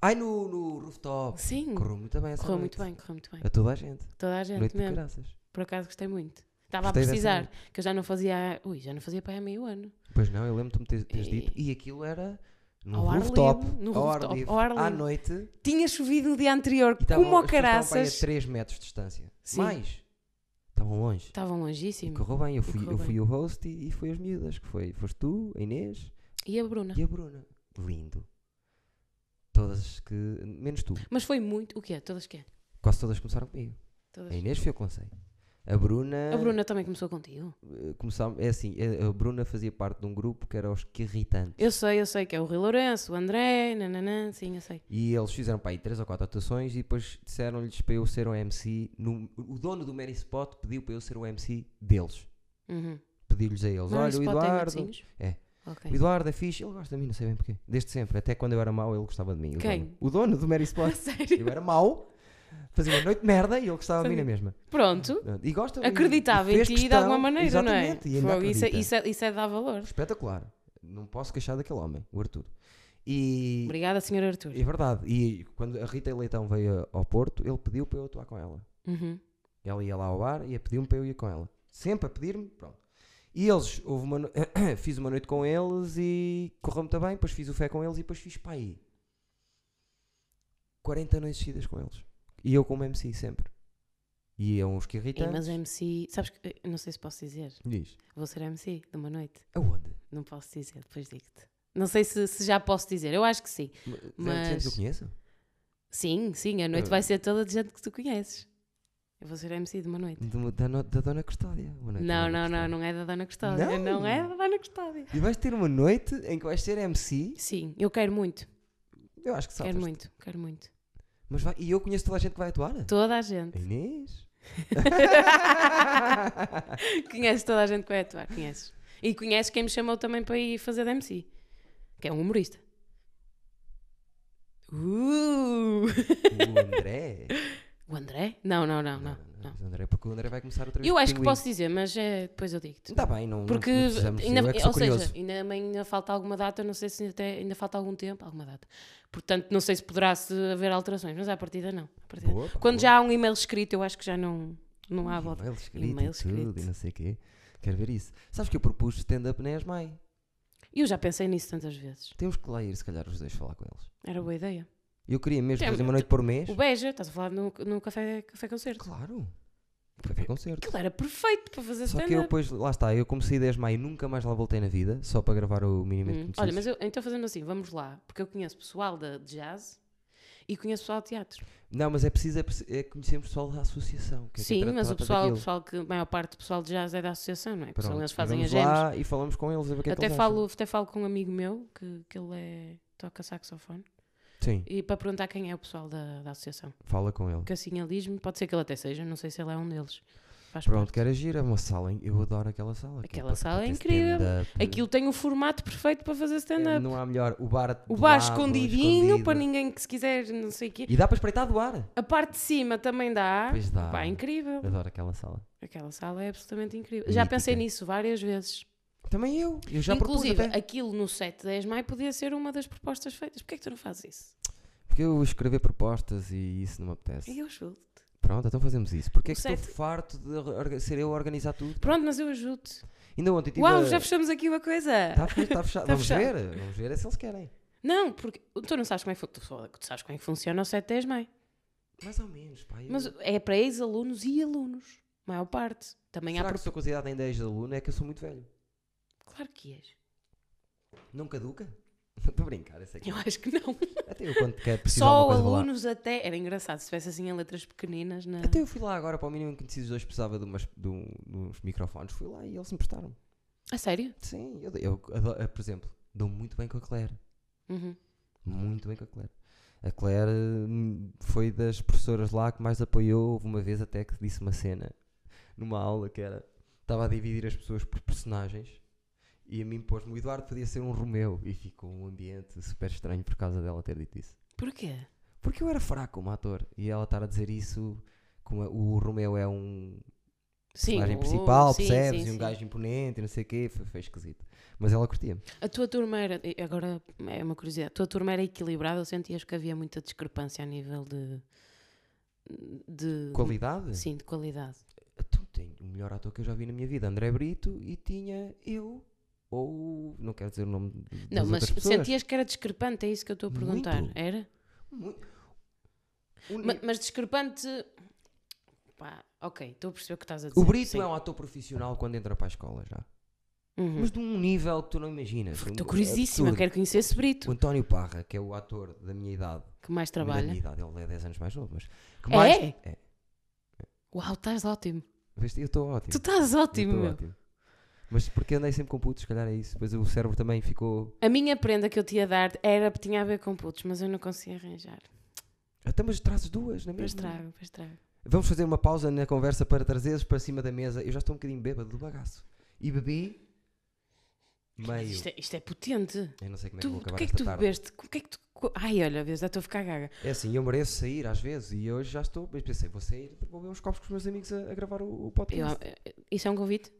Ai, no, no rooftop.
Sim.
Correu muito bem essa
Correu
noite.
muito bem, correu muito bem.
A toda a gente.
Toda a gente
noite de
mesmo.
graças.
Por acaso gostei muito. Estava a
Gostei dessa
precisar, que eu já não fazia. Ui, já não fazia para aí há meio ano.
Pois não, eu lembro-me de me teres, teres
E-
dito. E aquilo era no
Ao ar
rooftop.
livre, no
ao ar
rooftop,
livre,
ao ar
À
livre.
noite.
Tinha chovido no dia anterior,
E estavam,
como ao
as pessoas estavam para aí
caraças.
a 3 metros de distância.
Sim.
Mais. Estavam longe.
Estavam
E
longíssimos.
correu bem, eu fui,
correu
eu fui o host e, e fui as miúdas, que foi, foste tu, a Inês
E a Bruna.
e a Bruna. Lindo. Todas que. menos tu.
Mas foi muito. O quê? Todas que é?
Quase todas começaram comigo.
Todas.
A Inês foi eu que lancei. A Bruna.
A Bruna também começou contigo.
eh, começámos- é assim, a, a Bruna fazia parte de um grupo que era os que irritantes.
Eu sei, eu sei que é o Rui Lourenço, o André, nananã, sim, eu sei.
E eles fizeram para aí 3 ou 4 atuações e depois disseram-lhes para eu ser um MC. num- o dono do Mary Spot pediu para eu ser o MC deles.
Uhum.
Pediu-lhes a eles:
Mas
olha,
isso
o
pode ter
Eduardo.
Matosinhos?
é.
Ok.
O Eduardo é fixe, ele gosta de mim, não sei bem porquê. Desde sempre, até quando eu era mau, ele gostava de mim. o
Quem?
dono. O dono do Mary
A
Spot.
sério?
eu era mau, fazia uma noite de merda e ele gostava de mim na mesma.
Pronto.
E gosta e-
Acreditava em
fez
ti de
questão-
alguma maneira,
exatamente, E
não é?
ainda
Fogo, isso, é-
acredita.
isso, é, isso é dar valor.
Espetacular. Não posso queixar daquele homem, o Arthur. E.
Obrigada, senhor Artur.
É verdade. E quando a Rita Leitão veio ao Porto, ele pediu para eu atuar com ela.
Uhum.
Ela ia lá ao bar e a pediu-me para eu ir com ela. Sempre a pedir-me, pronto. E eles, houve uma no- fiz uma noite com eles e correu-me também, depois fiz o fé com eles e depois fiz para aí. 40 noites seguidas com eles. E eu como MC sempre. E é uns que
Ei,
irritam.
mas MC, sabes que eh, não sei se posso dizer,
Diz.
vou ser MC de uma noite,
Aonde?
não posso dizer, depois digo-te. Não sei se, se já posso dizer, eu acho que sim.
Mas... Gente
Mas-
que eu conheço?
Sim, sim, a noite vai ser toda de gente que tu conheces. Eu vou ser MC de uma noite.
De uma- da, no- da Dona Custódia. Uma noite da
Não,
Dona
não, não,
Custódia.
não é da Dona Custódia. Não,
Não?
é da Dona Custódia.
E vais ter uma noite em que vais ser MC?
Sim, eu quero muito,
Eu acho que sabes.
quero muito, quero muito.
Mas vai... E eu conheço toda a gente que vai atuar?
Toda a
A
gente.
Inês?
É. conheces toda a gente que vai atuar, conheces. E conheces quem me chamou também para ir fazer de MC, que é um humorista. Uh!
O André?
o André? Não, não, não, não. não.
é? mas o André, porque o André vai começar outra vez.
Ah. Eu
com
acho que
pinguim.
posso dizer, mas eh, depois eu digo-te.
Está bem, não,
Porque,
não, não precisamos.
ainda,
eu é que sou
ou
curioso.
seja, ainda, bem ainda falta alguma data, não sei se até, ainda falta algum tempo, alguma data. Portanto, não sei se poderá -se haver alterações, mas à partida não. À partida-
Boa, pá,
Quando
boa. Uhum.
já há um e-mail escrito, eu acho que já não, não há volta.
E-mail escrito,
E-mail
e tudo,
escrito.
e não sei o quê. Quero ver isso. Sabes que eu propus stand-up na ESMAI.
E eu já pensei nisso tantas vezes.
Temos que lá ir, se calhar, os dois falar com eles.
Era boa ideia.
Eu queria mesmo
Tem-
fazer uma noite por mês.
O Beja, estás a falar no, no café, café Concerto.
Claro. Foi para concerto.
Aquilo era perfeito para fazer
Só que eu
stand-up.
depois, lá está, eu comecei 10 de maio e nunca mais lá voltei na vida, só para gravar o Minimamente
Hum,
Conhecidos.
Olha, mas eu, então fazendo assim, vamos lá, porque eu conheço pessoal da- de jazz e conheço pessoal de teatro.
Não, mas é preciso é, preci- é conhecer o pessoal da associação. Que é que
Sim,
tra-
mas o
trata
pessoal, o
daquilo.
pessoal que a maior parte do pessoal de jazz é da associação, não é? Porque
Pronto,
são eles que fazem
vamos
as gemas.
lá e falamos com eles a ver o que é que
Até
eles
falo, até falo com um amigo meu que, que ele é, toca saxofone
acham. Sim,
e para perguntar quem é o pessoal da, da associação.
fala com ele.
Porque assim ele diz-me, pode ser que ele até seja, não sei se ele é um deles. Faz
Pronto,
parte.
que era gira, uma sala, em- eu adoro aquela sala. Aquilo
Aquela
para-
sala
para
é
ter
incrível.
stand-up.
Aquilo tem o formato perfeito para fazer
É,
stand-up.
Não há melhor, o bar
O
do
bar
lado,
escondidinho
escondido.
para ninguém que se quiser, não sei o quê.
E dá para espreitar do ar.
A parte de cima também dá.
Pois dá.
Ah, Pá, é incrível.
Adoro aquela sala.
Aquela sala é absolutamente incrível. Já
Mítica.
pensei nisso várias vezes.
Também eu, eu já
Inclusive,
propus até.
aquilo no 7 10 de maio podia ser uma das propostas feitas. Porquê é que tu não fazes isso?
Porque eu escrever propostas e isso não me apetece.
E eu ajudo.
Pronto, então fazemos isso. Porque é
O
que estou
sete-
farto de orga- ser eu a organizar tudo?
Pronto, mas eu ajudo.
Ainda ontem tive
Uau,
a-
já fechamos aqui uma coisa.
Está fechado, está fechado.
Tá
Vamos
fechado.
ver, vamos ver é se eles querem.
Não, porque tu não sabes como é que, fu- tu, só- tu sabes como é que funciona o 7 10 de maio.
Mais ou menos, pá. eu-
Mas é para ex-alunos e alunos. Maior parte. Também há.
Será que
propo-
sou considerado ainda ex-aluno? É que eu sou muito velho.
Claro que és.
Não caduca? Estou a brincar, eu sei que...
Eu acho que não.
Até eu quando quero precisar
Só
de alguma coisa vou lá.
alunos até. Era engraçado se tivesse assim em letras pequeninas. Na...
Até eu fui lá agora para o mínimo conhecidos dois precisava de, umas, de, um- de uns microfones. Fui lá e eles me prestaram.
A sério?
Sim, eu, eu adoro- eu, por exemplo, dou muito bem com a Claire.
Uhum.
Muito bem com a Claire. A Claire hum, foi das professoras lá que mais apoiou. Houve uma vez até que disse uma cena numa aula que era. Estava a dividir as pessoas por personagens e a mim pôs-me o Eduardo podia ser um Romeu e ficou um ambiente super estranho por causa dela ter dito isso.
Porquê?
Porque eu era fraco como ator e ela estar a dizer isso como o Romeu é um
Sim,
personagem
o-
principal,
sim,
percebes?
sim,
e um
sim.
gajo imponente e não sei o quê, foi, foi esquisito. Mas ela curtia-me.
A tua turma era, e agora é uma curiosidade, a tua turma era equilibrada ou sentias que havia muita discrepância a nível de. de
Qualidade?
Sim, de qualidade.
Então tenho o melhor ator que eu já vi na minha vida, André Brito, e tinha eu, ou não quero dizer o nome de-
Não,
das
mas
outras pessoas.
sentias que era discrepante, é isso que eu estou a perguntar.
Muito.
Era?
Muito- O,
Ma- Mas, discrepante. Pá, ok, estou a perceber o que estás a dizer.
o Brito
sim.
é um ator profissional quando entra para a escola já.
Uhum.
Mas de um nível que tu não imaginas. de um-
Estou curiosíssima,
absurdo.
quero conhecer esse Brito,
O António Parra, que é o ator da minha idade,
que mais
da minha
trabalha.
idade, ele é 10 anos mais novo, mas que
É?
mais. É.
Uau, estás ótimo.
Viste? Eu estou ótimo.
Tu estás ótimo,
Eu tô
meu.
ótimo. Mas porque andei sempre com putos, se calhar é isso. Depois o cérebro também ficou.
A minha prenda que eu te ia dar era, tinha a ver com putos, mas eu não consegui arranjar.
Até Ah, então, mas trazes duas, não é
Depois
mesmo?
trago, depois trago.
Vamos fazer uma pausa na conversa para trazeres para cima da mesa. Eu já estou um bocadinho bêbado do bagaço. E bebi
Mas
meio.
Isto é, isto é potente.
Eu não sei como é que
Tu,
vou
o
acabar
que é que tu
esta tarde.
bebeste? O que é que tu. co- Ai, olha, vês, já estou a ficar gaga.
É assim, eu mereço sair às vezes e hoje já estou. Mas pensei, vou sair, vou beber uns copos com os meus amigos a, a gravar o, o
Eu-
podcast.
isso é um convite?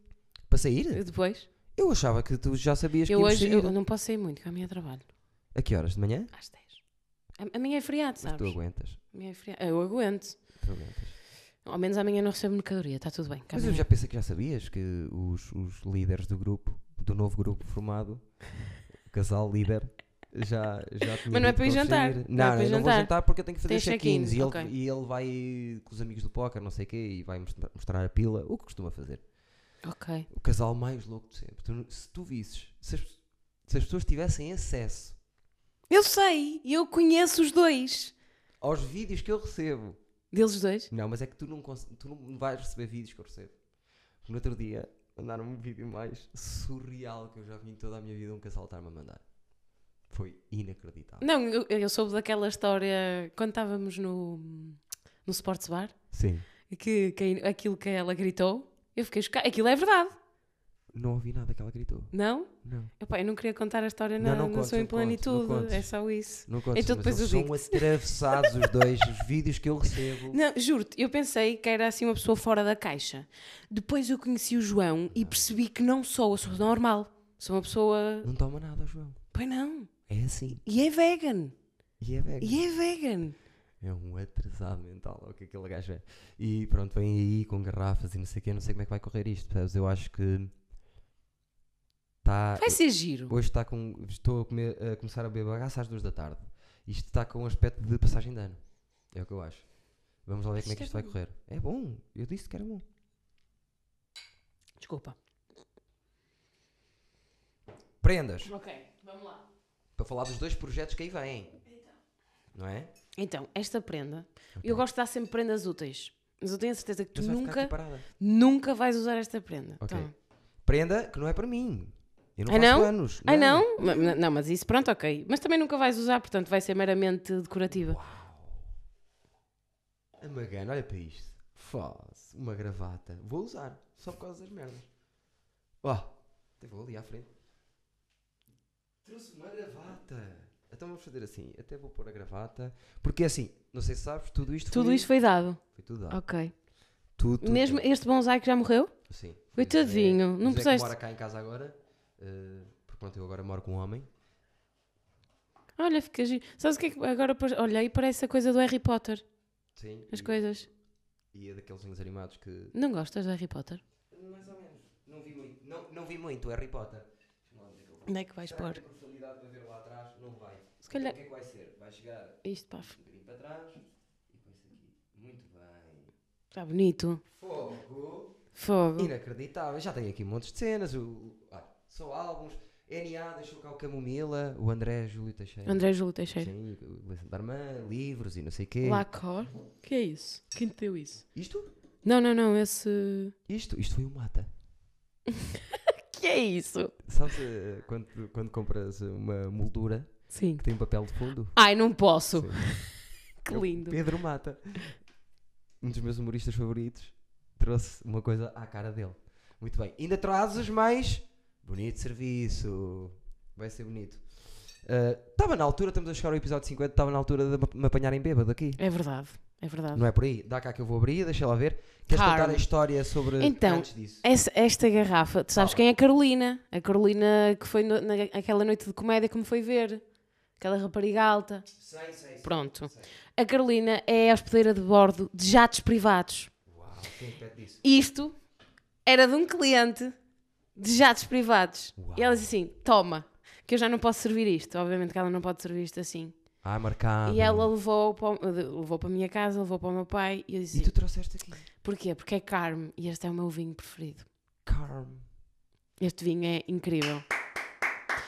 Para sair?
Depois?
Eu achava que tu já sabias que
Eu
íamos
hoje eu
sair.
não posso sair muito, que amanhã trabalho.
A que horas? De manhã?
Às 10. A, a minha é feriado,
Mas
sabes?
tu aguentas.
A minha é feriado. Eu aguento.
Tu aguentas.
Ao menos amanhã não recebo mercadoria, está tudo bem. que
Mas eu
amanhã-
já pensei que já sabias que os, os líderes do grupo, do novo grupo formado, o casal líder, já, já tinha
Mas não é
dito
para ir
eles
jantar,
saírem.
não é
Não,
para
eu não vou
jantar.
jantar porque eu tenho que fazer
Tem check-ins,
check-ins. E, ele-
ok.
e ele vai com os amigos do póquer, não sei o quê, e vai mostra- mostrar a pila, o que costuma fazer.
Ok.
O casal mais louco de sempre. Tu não- se tu visses, se as, se as pessoas tivessem acesso
Eu sei, eu conheço os dois.
aos vídeos que eu recebo.
Deles dois?
Não, mas é que tu não, cons- tu não vais receber vídeos que eu recebo. No outro dia, mandaram-me um vídeo mais surreal que eu já vi em toda a minha vida um casal estar-me a mandar. Foi inacreditável.
Não, eu, eu soube daquela história quando estávamos no, no Sports Bar,
Sim.
que, que aquilo que ela gritou, eu fiquei chocada. Aquilo é verdade.
Não ouvi nada que ela gritou.
Não?
Não.
Epá, eu não queria contar a história
Não,
na,
não
na
contes,
sua
não contes, não
implenitude.
contes.
é só isso.
Não contes,
Então
mas
depois
eles
eu
são atravessados os dois, os vídeos que eu recebo.
Não, juro-te, eu pensei que era assim uma pessoa fora da caixa. Depois eu conheci o João e percebi que não sou, eu sou normal. Sou uma pessoa.
Não toma nada, João.
Pois não.
É assim.
E é vegan.
E é vegan.
E é vegan.
É um atrasado mental, é o que aquele gajo é. E pronto, vem aí com garrafas e não sei o quê, não sei como é que vai correr isto, percebes? Eu acho que. Tá,
Vai ser giro.
hoje está com. Estou a, comer- a começar a beber bagaço às duas da tarde. Isto está com um aspecto de passagem de ano. É o que eu acho. Vamos lá ver como é que isto
Isto é
vai correr. É bom, eu disse que era bom.
Desculpa.
Prendas,
Ok, vamos lá.
para falar dos dois projetos que aí vêm. Não é?
Então, esta prenda. Eu gosto de dar sempre prendas úteis. Mas eu tenho a certeza que tu
Mas Então vai ficar
nunca,
aqui parada.
nunca vais usar esta prenda.
Ok.
Toma.
Prenda que não é para mim. Eu não
Ah,
faço
não?
anos.
Ah, não? Ma- ma- Não, mas isso, pronto, ok. Mas também nunca vais usar, portanto vai ser meramente decorativa.
A Magana, olha para isto. Foz, uma gravata. Vou usar, só por causa das merdas. Ó, até vou ali à frente. Trouxe uma gravata. Então vamos fazer assim, até vou pôr a gravata. Porque assim, não sei se sabes, tudo isto
Tudo
foi...
isto foi dado.
Foi tudo dado.
Ok.
Tudo, tudo
Mesmo
dado.
este bonsai que já morreu?
Sim.
Foi tadinho, não
José é que
puseste-
mora cá em casa agora. eh, porque pronto, eu agora moro com um homem.
Olha, fica giro. Sabes o que é que agora pois, olhei e parece a coisa do Harry Potter?
Sim.
As
e-
coisas.
E é daqueles desenhos animados que
Não gostas do Harry Potter?
Mais ou menos. Não vi muito. Não, não vi muito é Harry Potter. Deixa-me lá ver o que eu vou-
Onde é que vais
Será que
pôr?
tem possibilidade de haver lá atrás? Não vai.
Se calhar.
Então, o que é que vai ser? Vai chegar um
Isto, pá,
bocadinho para trás e põe isso aqui. Muito bem.
está bonito.
Fogo.
Fogo.
Inacreditável. Já tenho aqui montes de cenas. O, o- ah, só álbuns. NA, deixou cá o Camomila. O André Júlio Teixeira.
André Júlio Teixeira.
Sim, o Luís Darman, livros e não sei o quê.
Lacor. Que é isso? Quem te deu isso?
Isto?
Não, não, não, esse.
Isto? Isto foi o Mata.
Que é isso?
Sabes eh, quando, quando compras uma moldura
Sim.
que tem um papel de fundo?
Ai, não posso.
Sim.
Que
É o
lindo.
Pedro Mata. Um dos meus humoristas favoritos trouxe uma coisa à cara dele. Muito bem. Ainda trazes mais. Bonito serviço. Vai ser bonito. Estava na altura, estamos a chegar ao episódio 50, estava na altura de me- me apanharem bêbado aqui.
É verdade, é verdade.
Não é por aí. Dá cá que eu vou abrir, deixa lá ver. Queres contar
Carmo.
a história sobre
Então,
antes disso?
Essa- esta garrafa, tu sabes
Fala.
quem é a Carolina? A Carolina que foi no, na- naquela noite de comédia que me foi ver. Aquela rapariga alta.
Sei, sei, sei.
Pronto.
sei.
A Carolina é a hospedeira de bordo de jatos privados.
Uau, quem é que pede disso?
Isto era de um cliente de jatos privados.
Uau.
E ela disse assim: toma, que eu já não posso servir isto. Obviamente que ela não pode servir isto assim.
Ah, marcado.
e ela levou para, o- levou para a minha casa, levou para o meu pai. E eu disse:
E tu trouxeste aqui.
porquê? Porque é Carme e este é o meu vinho preferido.
Carm.
Este vinho é incrível.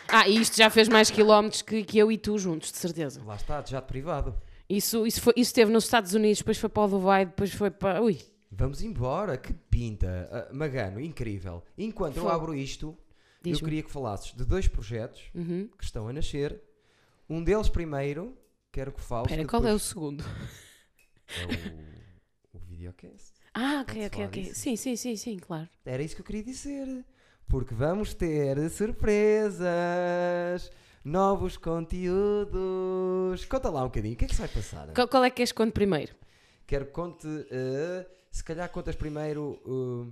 Ah, e isto já fez mais quilómetros que, que eu e tu juntos, de certeza.
Lá está, já de privado.
Isso, isso, foi, isso esteve nos Estados Unidos, depois foi para o Dubai, depois foi para. Ui,
Vamos embora, que pinta! Ah, Magano, incrível. Enquanto eu
Fogo.
abro isto, eu
diz-me.
queria que falasses de dois projetos
Uhum.
que estão a nascer. Um deles primeiro, quero que fales.
Espera,
que
qual é o
depois
segundo?
é o, o videocast.
Ah,
Pode-se
ok, ok,
falar
ok.
disso?
Sim, sim, sim, sim, claro.
Era isso que eu queria dizer. Porque vamos ter surpresas, novos conteúdos. Conta lá um bocadinho, o que é que se vai passar?
Qual, qual é que és quando primeiro?
Quero que conte. eh, se calhar contas primeiro o.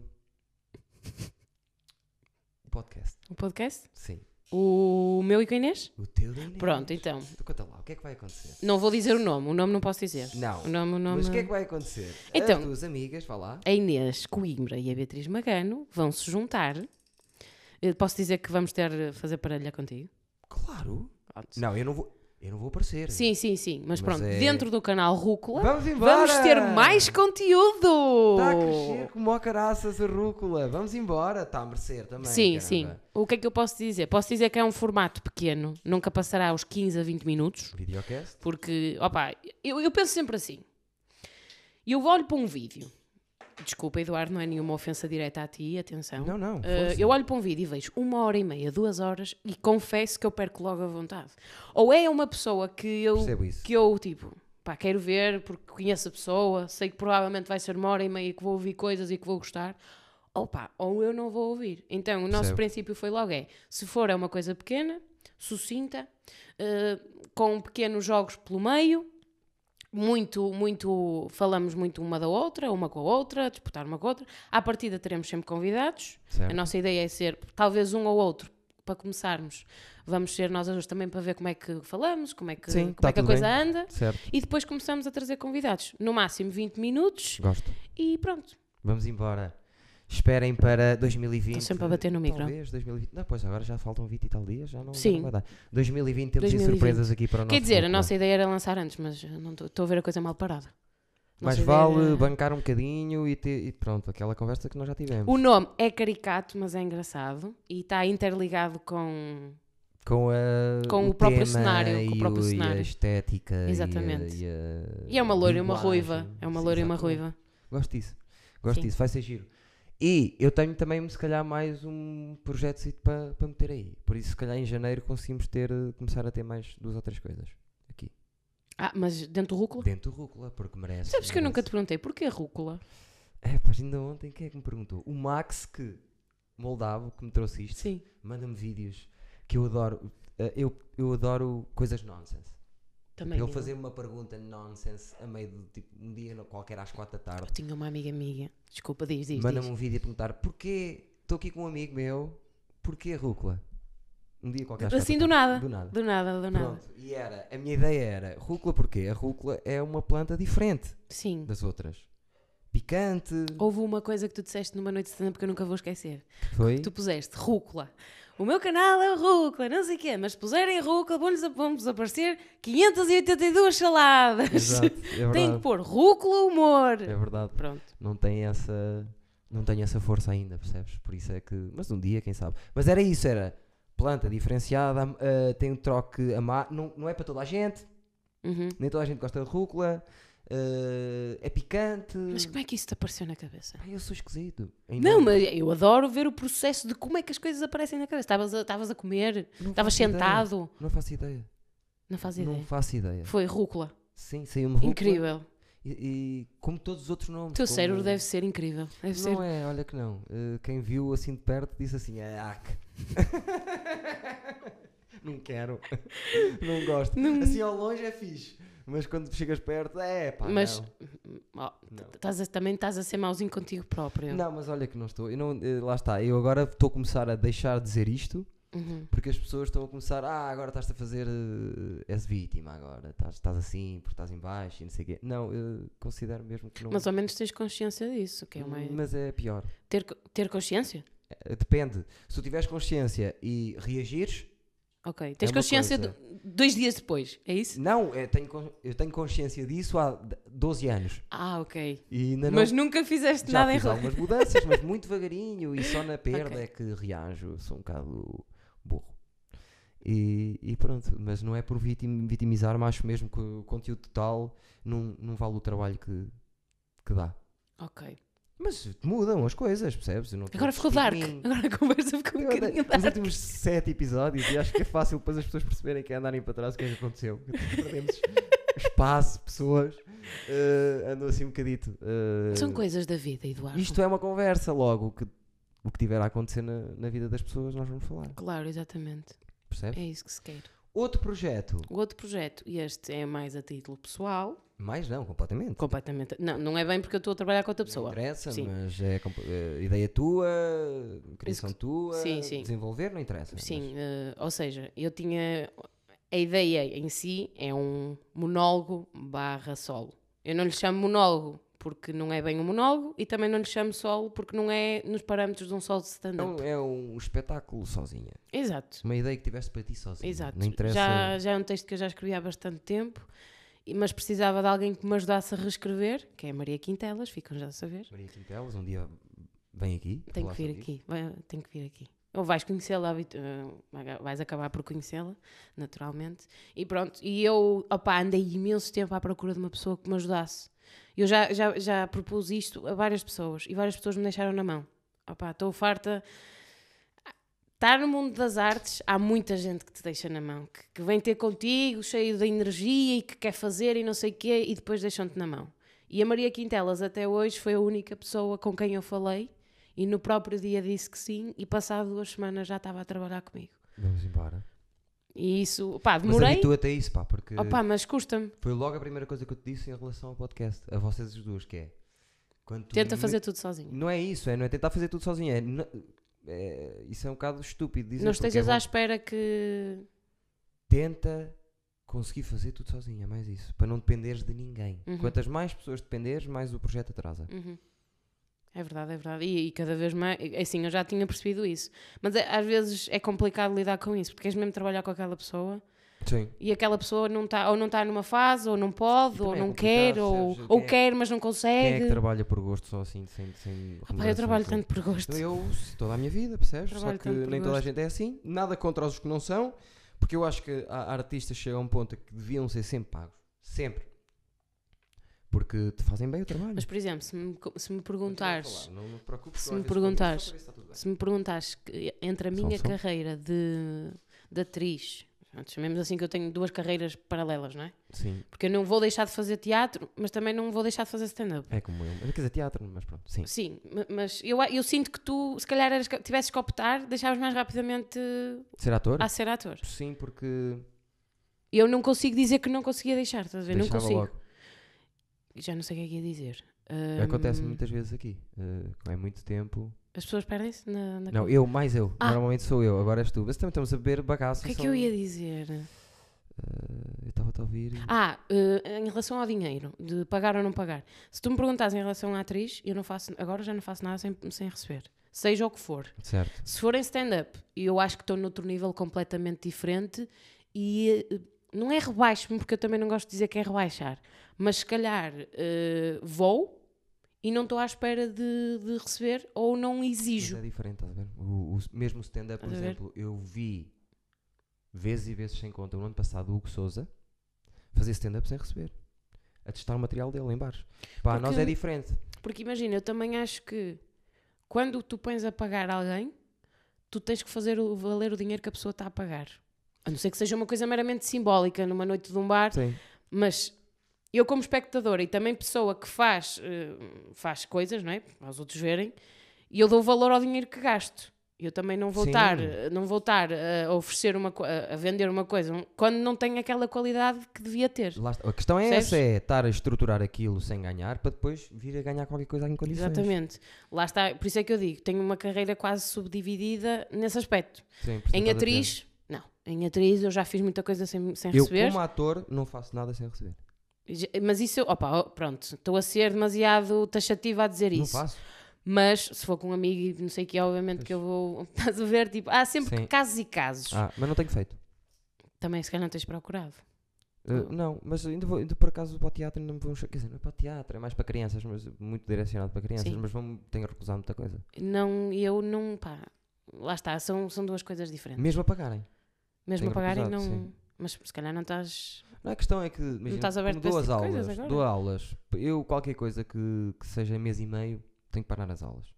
o podcast.
O podcast?
Sim.
O meu e com a Inês?
O teu da Inês.
Pronto, então.
Então conta lá, o que é que vai acontecer?
Não vou dizer o nome, o nome não posso dizer.
Não.
O nome, o nome.
Mas o que é que vai acontecer?
Então-
As tuas amigas, vá lá.
A Inês Coimbra e a Beatriz Magano vão se juntar. Eh, Posso dizer que vamos ter fazer parelha contigo?
Claro.
Pronto.
Não, eu não vou, eu não vou aparecer.
Sim, sim, sim. Mas,
Mas
pronto,
é-
dentro do canal Rúcula
Vamos embora!
vamos ter mais conteúdo!
Está a crescer como a caraças a rúcula. Vamos embora. Está a merecer também.
Sim,
caramba.
sim. O que é que eu posso dizer? Posso dizer que é um formato pequeno, nunca passará aos 15 a 20 minutos,
Videocast?
porque, opa, eu, eu penso sempre assim. Eu olho para um vídeo. Desculpa, Eduardo, não é nenhuma ofensa direta a ti, atenção.
Não, não.
Uh,
força.
eu olho para um vídeo e vejo uma hora e meia, duas horas e confesso que eu perco logo a vontade. Ou é uma pessoa que eu,
Percebo isso.
que eu tipo, pá, quero ver porque conheço a pessoa, sei que provavelmente vai ser uma hora e meia que vou ouvir coisas e que vou gostar. opa, ou eu não vou ouvir. Então, o nosso
Percebo.
princípio foi logo é, se for é uma coisa pequena, sucinta, eh, com pequenos jogos pelo meio, muito, muito, falamos muito uma da outra, uma com a outra, disputar uma com a outra. À partida teremos sempre convidados.
Certo.
A nossa ideia é ser, talvez um ou outro, para começarmos, vamos ser nós hoje também para ver como é que falamos, como é que,
Sim,
como
tá
é que a
tudo
coisa
bem.
anda.
Certo.
E depois começamos a trazer convidados. No máximo 20 minutos
Gosto.
e pronto.
Vamos embora. Esperem para 2020.
Estou sempre a bater no micro.
Talvez 2020. Não, pois agora já faltam 20 e tal dias, já não, já
Sim.
não vai dar. 2020 temos aí
2020.
surpresas aqui para o nosso
Quer dizer, a
público.
nossa ideia era lançar antes, mas não estou- estou a ver a coisa mal parada.
Mas
Nossa ideia
vale
era-
bancar um bocadinho e, ter- e pronto, aquela conversa que nós já tivemos.
O nome é caricato, mas é engraçado e está interligado com.
Com, a,
Com o próprio
tema
cenário, com o
e
próprio
e
cenário.
a estética. e a-
Exatamente.
E, a,
E é uma loira e uma ruiva.
linguagem.
É uma
Sim,
loira e uma
exatamente.
ruiva.
Gosto disso. Gosto
Sim.
disso, vai ser giro. E eu tenho também, se calhar, mais um projeto para pa meter aí. Por isso, se calhar, em janeiro conseguimos ter, eh, começar a ter mais duas ou três coisas.
Ah, mas dentro do rúcula?
Dentro do Rúcula, porque merece.
Sabes que eu nunca te
merece.
perguntei porquê rúcula?
É, pá, ainda ontem, quem é que me perguntou? O Max, que moldavo, que me trouxe isto,
Sim.
manda-me vídeos que eu adoro. eh, eu, eu adoro coisas nonsense.
Também.
Ele
eu.
fazer uma pergunta nonsense a meio de tipo, um dia no- qualquer às quatro da tarde.
Eu tinha uma amiga minha. Desculpa, diz, diz.
Manda-me
diz.
um vídeo a perguntar porquê. Estou aqui com um amigo meu, porquê rúcula? Um dia qualquer. às
Assim
quatro
do
da
nada.
tarde. Do nada.
Do nada, do nada.
Pronto. E era, a minha ideia era rúcula porquê? A rúcula é uma planta diferente
Sim.
das outras. Picante.
Houve uma coisa que tu disseste numa noite de stand-up que eu nunca vou esquecer.
Foi?
Tu puseste rúcula. O meu canal é o rúcula, não sei o quê, mas puserem rúcula, vão-lhes vão aparecer 582 saladas.
Exato, é
Tem que
verdade.
pôr rúcula humor.
É verdade.
Pronto.
Não tem essa. Não tem essa força ainda, percebes? Por isso é que. Mas um dia, quem sabe. Mas era isso, era planta diferenciada, am- ah, tem um troque amar. Não, não é para toda a gente,
Uhum.
nem toda a gente gosta de rúcula, ah, é picante.
Mas como é que isso te apareceu na cabeça?
Pá, eu sou esquisito.
Não, mas
é.
eu adoro ver o processo de como é que as coisas aparecem na cabeça. Estavas a, estavas a comer, estavas sentado.
Não faço ideia.
Não faz
Não
ideia.
faço ideia.
Foi rúcula.
Sim, saiu-me rúcula.
Incrível.
E, e como todos os outros nomes.
O teu
como- é?
cérebro deve ser incrível. Deve ser.
Não é, olha que não. Eh, quem viu assim de perto disse assim: é ac. não quero. não gosto. Assim ao longe é fixe. Mas quando chegas perto, é pá.
Mas
Não.
ó,
Não.
estás a- também estás a ser mauzinho contigo próprio.
Não, mas olha que não estou. Eu não, eh, lá está. Eu agora estou a começar a deixar de dizer isto
Uhum.
porque as pessoas estão a começar. Ah, agora estás a fazer. eh, és vítima agora. Estás, estás assim porque estás em baixo e não sei o quê. Não, eu considero mesmo que não.
Mas ao menos tens consciência disso, que é uma...
mas é pior.
ter, co- ter consciência?
Eh, Depende. Se tu tiveres consciência e reagires,
Ok. Tens
É uma
consciência
coisa.
do- dois dias depois, é isso?
Não, eu tenho, con- eu tenho consciência disso há d- 12 anos.
Ah, ok.
E ainda não
Mas nunca fizeste
já
nada em
fiz
relação.
algumas mudanças, mas muito devagarinho e só na perda
Ok.
é que reajo. Sou um bocado burro. E, e pronto, mas não é por vitim- vitimizar-me, acho mesmo que o conteúdo total não, não vale o trabalho que, que dá.
Ok.
Mas mudam as coisas, percebes? Eu não tenho
Agora
que
ficou
despedir
dark.
de mim. é
Agora a conversa ficou um
Eu andei-
bocadinho
Os
dark.
últimos sete episódios e acho que é fácil depois as pessoas perceberem que é andarem para trás o que é que aconteceu. Perdemos espaço, pessoas. eh, andou assim um bocadito. eh,
São coisas da vida, Eduardo.
Isto é uma conversa, logo. O que, o que tiver a acontecer na, na vida das pessoas, nós vamos falar.
Claro, exatamente.
Percebes?
É isso que se quer.
Outro projeto.
O outro projeto, e este é mais a título pessoal,
Mais não, completamente.
completamente. Não, não é bem porque eu estou a trabalhar com outra
Não
pessoa.
interessa,
Sim.
mas é comp- eh, ideia tua, criação tua,
sim, sim.
desenvolver, não interessa.
Sim, eh, ou seja, eu tinha. A ideia em si é um monólogo barra solo. Eu não lhe chamo monólogo porque não é bem um monólogo e também não lhe chamo solo porque não é nos parâmetros de um solo de
Mas
stand-up.
não é um espetáculo sozinha.
Exato.
Uma ideia que tiveste para ti sozinha.
Exato.
Não interessa.
Já, já é um texto que eu já escrevi há bastante tempo, e- mas precisava de alguém que me ajudasse a reescrever, que é a Maria Quintelas, ficam já a saber.
Maria Quintelas, um dia vem aqui.
Tem
falar
que vir
sobre isto.
aqui, vai, tem que vir aqui. Ou vais conhecê-la, habit- eh, vais acabar por conhecê-la, naturalmente. E pronto, e eu opá, andei imenso tempo à procura de uma pessoa que me ajudasse. Eu já, já, já propus isto a várias pessoas e várias pessoas me deixaram na mão. Opá, estou farta. Estar no mundo das artes, há muita gente que te deixa na mão, que, que vem ter contigo, cheio de energia e que quer fazer e não sei o quê, e depois deixam-te na mão. E a Maria Quintelas, até hoje, foi a única pessoa com quem eu falei E no próprio dia disse que sim, e passado duas semanas já estava a trabalhar comigo.
Vamos embora.
E isso, pá,
Mas
demorei.
habitua-te a isso, pá, porque
Opa, mas custa-me.
foi logo a primeira coisa que eu te disse em relação ao podcast, a vocês as duas, que é. Quando tu
Tenta
me-
fazer tudo sozinho.
Não é isso, é não é tentar fazer tudo sozinho. É, n- é- isso é um bocado estúpido dizer
Não
porque é
estejas à
bom-
espera que.
Tenta conseguir fazer tudo sozinho, é mais isso. Para não dependeres de ninguém.
Uhum.
Quantas mais pessoas dependeres, mais o projeto atrasa.
Uhum. É verdade, é verdade. E, e cada vez mais. Assim, eu já tinha percebido isso. Mas é- às vezes é complicado lidar com isso, porque queres mesmo trabalhar com aquela pessoa
Sim.
e aquela pessoa não está ou não está numa fase, ou não
E
pode,
também
ou
é
não
complicado,
quer, ou,
percebes?
ou
Quem é-
quer, mas não
Quem é que
consegue.
trabalha por gosto só assim, sem. sem
Pá, eu
remuneração,
trabalho
assim?
tanto por gosto.
Então Eu, se- toda a minha vida, percebes?
Trabalho
Só que
tanto por
nem toda a
gosto.
gente é assim. Nada contra os que não são, porque eu acho que há artistas que chegam a um ponto que deviam ser sempre pagos. Sempre. Porque te fazem bem o trabalho.
Mas, por exemplo, se me, co- se me perguntares.
Não, não te preocupes,
se
eu às
me
vezes pergunto só para
perguntares-
ver se está tudo bem.
Se me perguntares que entre a
Só um
minha
som.
carreira de, de atriz, pronto, chamemos assim que eu tenho duas carreiras paralelas, não é?
Sim,
Porque eu não vou deixar de fazer teatro, mas também não vou deixar de fazer stand-up.
é como eu. Mas, Quer dizer, teatro, mas pronto, sim.
Sim, ma- mas eu, a- eu sinto que tu, se calhar, eras, tivesses que optar, deixavas mais rapidamente
Ser ator?
a ser ator.
Sim, porque.
Ah, Eu não consigo dizer que não conseguia deixar, estás a ver? Não
deixava
consigo.
logo.
Já não sei o que é que ia dizer.
Acontece
Ahm,
muitas vezes aqui. eh, é muito tempo.
As pessoas perdem-se na, na
Não,
conversa.
eu, mais eu.
Ah.
Normalmente sou eu, agora és tu. Mas também estamos a beber bagaço.
O que é que
são-
eu ia dizer?
Eh, eu estava-te a ouvir. e-
Ah, eh, em relação ao dinheiro, de pagar ou não pagar. Se tu me perguntas em relação à atriz, eu não faço, agora já não faço nada sem, sem receber. Seja o que for.
Certo.
Se for em stand-up, eu acho que estou noutro nível completamente diferente e eh, não é rebaixo-me, porque eu também não gosto de dizer que é rebaixar, mas se calhar eh, vou e não estou à espera de, de receber ou não
Mas
exijo.
é diferente, estás a ver? O, o- mesmo o stand-up, por
Estás a ver?
exemplo, eu vi vezes e vezes sem conta no ano passado o Hugo Souza fazer stand-up sem receber. A testar o material dele em bares. Para nós
Porque-
é diferente.
Porque imagina, eu também acho que quando tu pões a pagar alguém, tu tens que fazer o, valer o dinheiro que a pessoa está a pagar. A não ser que seja uma coisa meramente simbólica, numa noite de um bar,
Sim.
Mas eu, como espectadora e também pessoa que faz, eh, faz coisas, não é? Para os outros verem, e eu dou valor ao dinheiro que gasto. Eu também não vou
Sim.
estar, eh, não vou estar a oferecer uma co- a a vender uma coisa um- quando não tenho aquela qualidade que devia ter.
Lá está. A questão é
Percebes?
essa, é estar a estruturar aquilo sem ganhar para depois vir a ganhar qualquer coisa em condições.
Exatamente. Lá está, por isso é que eu digo, tenho uma carreira quase subdividida nesse aspecto.
Sim, por isso
Em
estás a dizer.
atriz, não. Em atriz eu já fiz muita coisa sem, sem
Eu,
receber.
como ator, não faço nada sem receber.
Já- Mas isso, opa, oh, pronto, estou a ser demasiado taxativa a dizer
Não
isso.
faço.
Mas se for com um amigo e não sei o que, obviamente que eu vou. Estás a ver? Tipo, há sempre
Sim.
casos e casos.
Ah, mas não tenho feito.
Também, se calhar, não tens procurado. Hum.
Uh, não, mas ainda, vou, ainda por acaso para o teatro ainda me vão. cha- Quer dizer, não é para o teatro, é mais para crianças, mas muito direcionado para crianças,
Sim.
mas vão, tenho recusado muita coisa.
Não, eu não. Pá, lá está, são, são duas coisas diferentes.
Mesmo a pagarem.
Mesmo a
tenho
pagarem, não.
recusado, sim.
Mas se calhar não estás.
Não, a questão é que. Imagina,
estás aberto
como
para
dou
esse
as
tipo de coisas
aulas,
agora?
dou aulas. Eu, qualquer coisa que, que seja mês e meio, tenho que parar as aulas.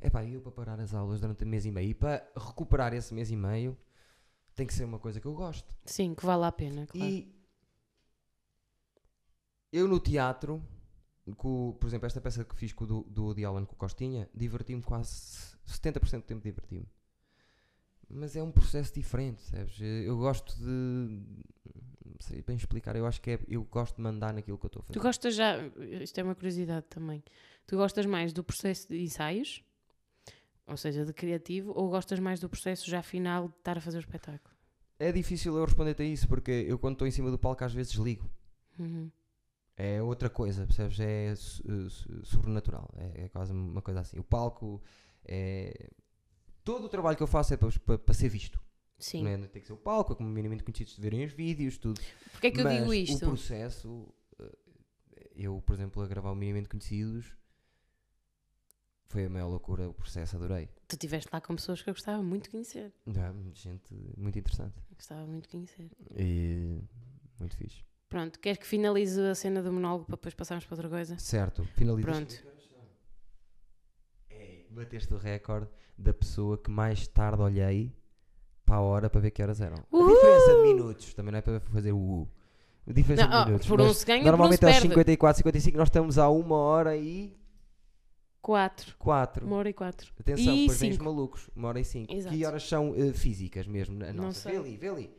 É pá, eu para parar as aulas durante mês e meio e para recuperar esse mês e meio, tem que ser uma coisa que eu gosto.
Sim, que vale a pena, claro.
E eu no teatro, com, o- por exemplo, esta peça que fiz com o do, do Woody Allen com o Costinha, diverti-me quase 70% do tempo diverti-me. Mas é um processo diferente, sabes? Eh, Eu gosto de. Não sei bem explicar, eu acho que é. Eu gosto de mandar naquilo que eu estou a fazer.
Tu gostas já. Isto é uma curiosidade também. Tu gostas mais do processo de ensaios? Ou seja, de criativo, ou gostas mais do processo já final de estar a fazer o espetáculo?
É difícil eu responder-te a isso, porque eu quando estou em cima do palco às vezes ligo.
Uhum.
É outra coisa, percebes? É su- su- sobrenatural. É, é quase uma coisa assim. O palco é. Todo o trabalho que eu faço é para, para- para ser visto.
Sim.
Não é? Tem que ser o palco, é como minimamente conhecidos de verem os vídeos, tudo.
Porquê é que eu
Mas
digo
O
isto?
processo. eh, Eu, por exemplo, a gravar o Minimamente Conhecidos foi a maior loucura. O processo, adorei.
Tu estiveste lá com pessoas que eu gostava muito de conhecer.
Já, gente muito interessante.
Gostava muito de conhecer.
E. Muito fixe.
Pronto, queres que finalize a cena do monólogo para depois passarmos para outra coisa?
Certo, finalizamos.
Pronto.
Ei, bateste o recorde da pessoa que mais tarde olhei para a hora para ver que horas eram. A diferença de
Uhul!
minutos, também não é para fazer o U. A diferença
Não,
de
oh,
minutos.
por um
mas é
se ganha, por um
normalmente
se
aos
perde.
54, 55, nós estamos a 1 hora e
Quatro.
Quatro.
Uma hora e quatro.
Atenção,
E
depois vêm os
cinco.
malucos. Uma hora e cinco.
Exato.
Que horas são eh, físicas mesmo? A
Não
nossa.
sei.
Vê ali, vê ali.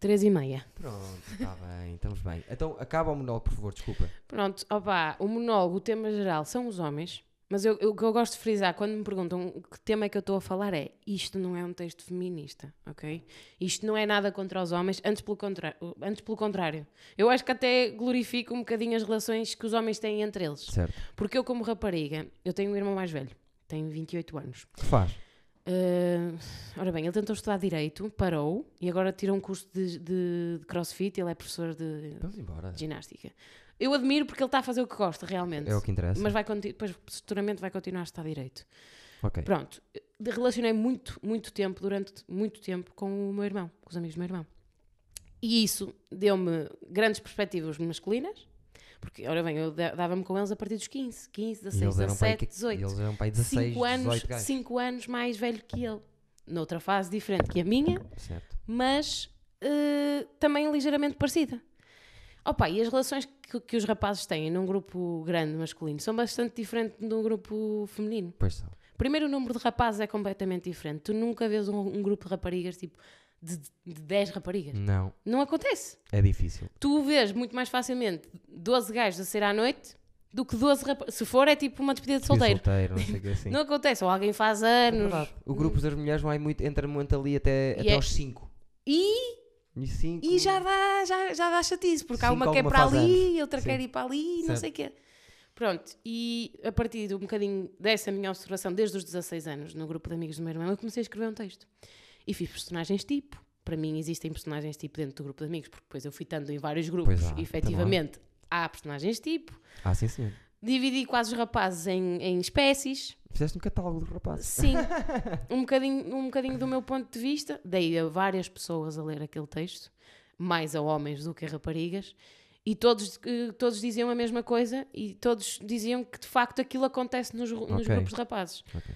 Três e meia.
Pronto, está bem, estamos bem. Então acaba o monólogo, por favor, desculpa.
Pronto, opá, o monólogo, o tema geral são os homens, mas eu, eu- o que eu gosto de frisar quando me perguntam o que tema é que eu estou a falar é isto não é um texto feminista, ok? Isto não é nada contra os homens, antes pelo, contra- antes pelo contrário. Eu acho que até glorifico um bocadinho as relações que os homens têm entre eles.
Certo.
Porque eu, como rapariga, eu tenho um irmão mais velho, tenho 28 anos.
O que faz?
Eh, ora bem, ele tentou estudar Direito, parou e agora tira um curso de, de- de crossfit. Ele é professor de
Vamos embora.
ginástica. Eu admiro porque ele está a fazer o que gosta realmente.
É o que interessa.
Mas vai conti- depois, futuramente, vai continuar a estar direito.
Ok.
Pronto, de- relacionei muito, muito tempo, durante muito tempo, com o meu irmão, com os amigos do meu irmão. E isso deu-me grandes perspectivas masculinas, porque, ora bem, eu da- dava-me com eles a partir dos 15, 15,
E
16,
pai,
17,
que-
18.
eles eram pai 16,
5 anos,
18 gajos.
cinco anos mais velho que ele, noutra fase diferente que a minha,
Certo.
mas eh, também ligeiramente parecida. Opa, e as relações que, que os rapazes têm num grupo grande masculino são bastante diferentes de um grupo feminino.
Pois são.
Primeiro, o número de rapazes é completamente diferente. Tu nunca vês um, um grupo de raparigas tipo de, de 10 raparigas.
Não,
Não acontece.
é difícil.
Tu vês muito mais facilmente 12 gajos a sair à noite do que 12 rapazes. Se for, é tipo uma despedida de
Fui
solteiro.
solteiro, não sei o que assim.
Não acontece. Ou alguém faz
É
anos. Hum.
verdade. O grupo das mulheres vai muito, entra muito ali até,
E
até
é-
aos 5.
E,
E 5.
e já dá, já, já dá chatice, porque há
Sim,
uma
com
que é
alguma
para
faz
ali, outra
Sim.
quer ir para ali, não
Certo.
sei o quê. Pronto, e a partir de um bocadinho dessa minha observação, desde os 16 anos, no grupo de amigos do meu irmão, eu comecei a escrever um texto. E fiz personagens tipo. Para mim existem personagens tipo dentro do grupo de amigos, porque depois eu fui estando em vários grupos,
Pois há,
e efetivamente há personagens tipo.
Ah, sim, senhor.
Dividi quase os rapazes em, em espécies,
Fizeste um catálogo do rapaz.
Sim, um bocadinho, um bocadinho do meu ponto de vista. Dei a várias pessoas a ler aquele texto, mais a homens do que a raparigas, e todos, eh, todos diziam a mesma coisa e todos diziam que de facto aquilo acontece nos, ru- nos
Ok.
grupos de rapazes.
Ok.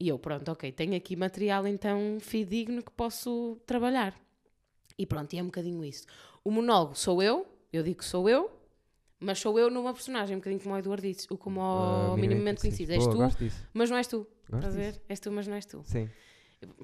E eu, pronto, ok, tenho aqui material então fidedigno que posso trabalhar. E pronto, e é um bocadinho isso. O monólogo sou eu, eu digo que sou eu, mas sou eu numa personagem, um bocadinho como o Eduardo disse, ou como
Ah,
o minimamente conhecido. És
Boa,
tu,
Gosto disso.
mas não és tu.
Gosto
Estás a
disso.
ver? És tu, mas não és tu.
Sim.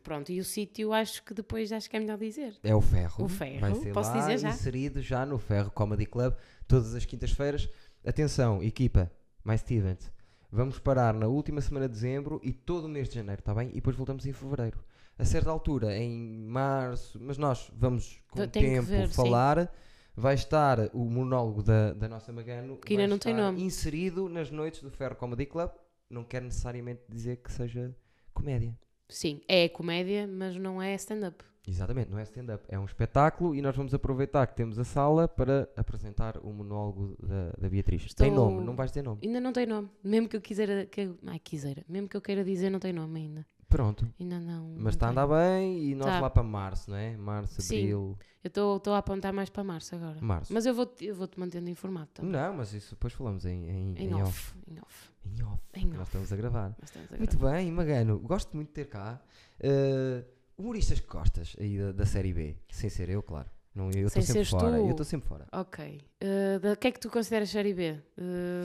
Pronto, e o sítio acho que depois acho que é melhor dizer.
É o ferro.
O ferro.
Vai ser
Posso
lá
dizer já?
inserido já no Ferro Comedy Club, todas as quintas-feiras. Atenção, equipa, mais Stevens. Vamos parar na última semana de dezembro e todo o mês de janeiro, está bem? E depois voltamos em fevereiro. A certa altura, em março, mas nós vamos com
Eu
o
tenho que
tempo
ver, sim.
falar. Vai estar o monólogo da, da nossa Magano
Que ainda
vai
não tem
estar
nome.
inserido nas noites do Ferro Comedy Club. Não quer necessariamente dizer que seja comédia.
Sim, é comédia, mas não é stand-up.
Exatamente, não é stand-up, é um espetáculo e nós vamos aproveitar que temos a sala para apresentar o monólogo da, da Beatriz.
Estou-
Tem nome, não vais dizer nome.
Ainda não tem nome. Mesmo que eu quisera. Que eu, ai, quisera. Mesmo que eu queira dizer, não tem nome ainda.
Pronto,
Ainda não. não
mas está a
tem.
andar bem e nós
Tá.
lá para março, não é? Março,
Sim.
abril,
Eu estou estou a apontar mais para março agora.
março.
Mas eu vou-te eu vou -te mantendo informado também.
Não, mas isso depois falamos em, Hum, em,
Em, off. Em off.
Em off.
Em
Nós
off.
estamos a gravar.
Nós estamos a
Muito
gravar.
bem, Magano, gosto muito de ter cá. eh, humoristas que gostas aí da, da série B, sem ser eu, claro. Não, eu estou
Sem
sempre
seres tu.
fora. Eu estou sempre fora.
Ok. Eh, da- O que é que tu consideras série B? Eh,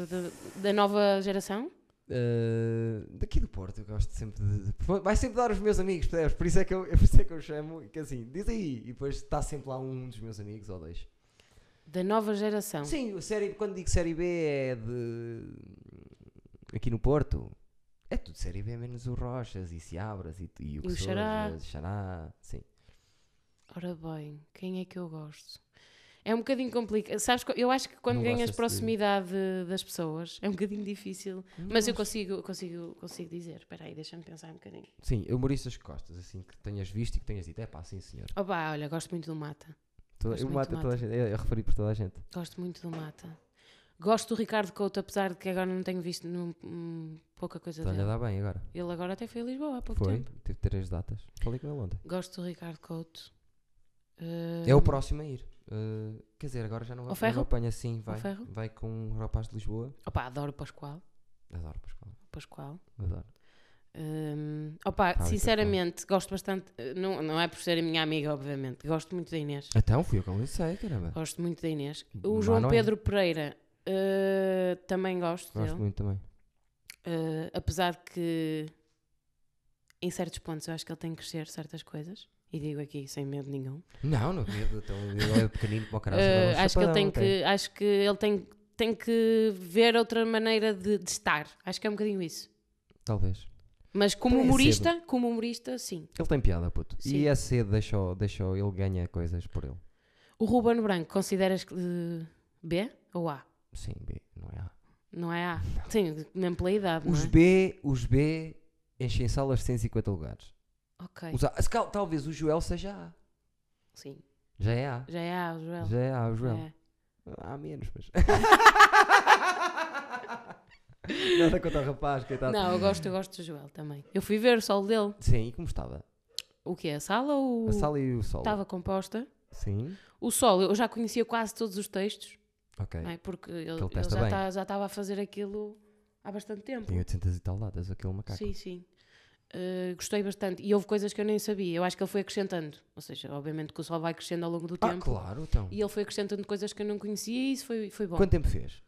da, da nova geração?
Uh, daqui do Porto, eu gosto sempre de. de- Vai sempre dar os meus amigos, percebes? Por isso é que eu, por isso é que eu chamo, que assim, diz aí, e depois está sempre lá um dos meus amigos ou dois.
Da nova geração.
Sim, o série, quando digo série B é de. Aqui no Porto, é tudo série B, menos o Rochas e Seabras e, e o que
o Xará.
Sojas, Xará, sim.
Ora bem, quem é que eu gosto? É um bocadinho complicado. Sabes, co- eu acho que quando
Não
ganhas
gostas de-
proximidade das pessoas é um bocadinho difícil.
Não
Mas eu
gosto.
consigo, consigo, consigo dizer. Espera aí, deixa-me pensar um bocadinho.
Sim, humoristas que gostas, assim, que tenhas visto e que tenhas dito, é pá, sim senhor.
Opa, olha, gosto muito do Mata.
Toda-
Gosto
eu
muito
mato
do
toda a gente, é, é referido por toda a gente.
Gosto muito do Mata. Gosto do Ricardo Couto, apesar de que agora não tenho visto num- hum, pouca coisa
Está-lhe a
dele.
dar bem agora.
Ele agora até foi a Lisboa há pouco
Foi,
tempo.
teve três datas. Falei com ele ontem.
Gosto do Ricardo Couto.
É o
Hum,
próximo a ir. Uh, quer dizer, agora já não
Ao
vai
ferro?
não apanha assim, vai.
ferro?
Vai com um rapaz de Lisboa.
Opa, adoro o Pascoal.
Adoro Pascoal.
Pascoal.
Adoro.
Hum, opa,
Fábio
sinceramente, gosto bastante. eh, Não, não é por ser a minha amiga, obviamente. Gosto muito da Inês.
Então fui eu que lancei, caramba.
Gosto muito da Inês. O
Má
João
É. não é.
Pedro Pereira eh, também gosto,
Gosto
dele.
muito também.
Eh, apesar de que em certos pontos eu acho que ele tem que crescer certas coisas. E digo aqui sem medo nenhum.
Não, não medo, então ele é pequenino para o caralho.
Eh,
agora é um
acho que ele tem
chapadão,
que, acho que ele tem, tem que ver outra maneira de, de estar. Acho que é um bocadinho isso.
Talvez.
Mas como
Também é
humorista, como humorista, sim.
Ele tem piada, puto.
Sim.
E é cedo, deixou, deixou, ele ganha coisas por ele.
O Ruben Branco consideras que, eh, B ou A?
Sim, B, não é A.
Não é A? Sim, mesmo pela idade,
Os
não é?
B, os B enchem salas de 150 lugares.
Ok,
Os A- se cal- talvez o Joel seja A.
sim.
Já é A.
Já é A, o Joel.
Já é A, o Joel.
É.
Há menos, mas. Nada contra o rapaz, coitado.
Não, eu gosto, eu gosto do Joel também. Eu fui ver o sol dele.
Sim, e como estava?
O que é? A sala ou.
A sala e o sol.
Estava composta.
Sim.
O sol, eu já conhecia quase todos os textos,
Ok.
não é? porque ele,
ele
ele
testa
já
bem.
tá- já estava a fazer aquilo há bastante tempo.
Tem 800 e tal datas, aquele macaco.
Sim, sim. Eh, gostei bastante. E houve coisas que eu nem sabia. Eu acho que ele foi acrescentando. Ou seja, obviamente que o sol vai crescendo ao longo do
Ah,
tempo.
claro, então.
E ele foi acrescentando coisas que eu não conhecia e isso foi, foi bom.
Quanto é- tempo fez?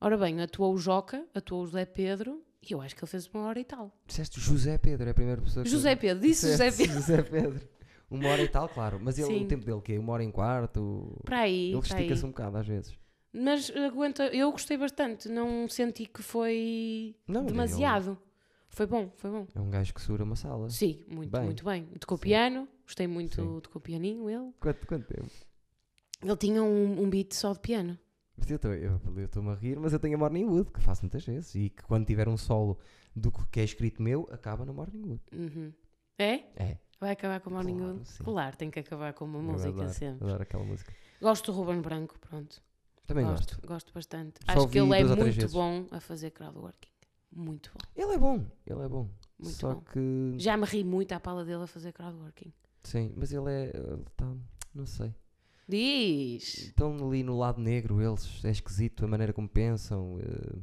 Ora bem, atuou o Joca, atuou o José Pedro e eu acho que ele fez uma hora e tal.
Disseste José Pedro, é a primeira pessoa que.
José Pedro, disse José
Disseste
Pedro.
José Pedro. Uma hora e tal, claro. Mas ele,
Sim.
o tempo dele, que é uma hora em quarto.
Para aí,
ele
para aí.
estica-se um bocado às vezes.
Mas aguenta, eu gostei bastante, não senti que foi
Não, ele-
demasiado. Foi bom, foi bom.
É um gajo que segura uma sala.
Sim, muito
Bem.
muito bem. Tocou
Sim.
piano, gostei muito,
Sim.
tocou pianinho ele.
Quanto, quanto tempo?
Ele tinha um, um beat só de piano.
Mas eu estou- eu- eu estou-me a rir, mas eu tenho a Morning Wood, que faço muitas vezes. E que quando tiver um solo do que que é escrito meu, acaba no Morning Wood.
Uhum. É?
É,
Vai acabar com o Morning
Claro,
Wood?
sim. É
Claro, tem que acabar com uma
eu
música
adoro,
sempre.
adoro aquela música.
Gosto do Ruben Branco, pronto.
Também gosto.
gosto, bastante.
Só
Acho que
vi
ele é
duas ou três
muito
vezes.
bom a fazer crowdworking. Muito bom,
Ele é bom, ele é bom.
muito
Só
bom.
que.
Já me ri muito à pala dele a fazer crowdworking.
Sim, mas ele é. Ele tá, não sei.
Diz!
Estão ali no lado negro, eles. É esquisito a maneira como pensam. eh,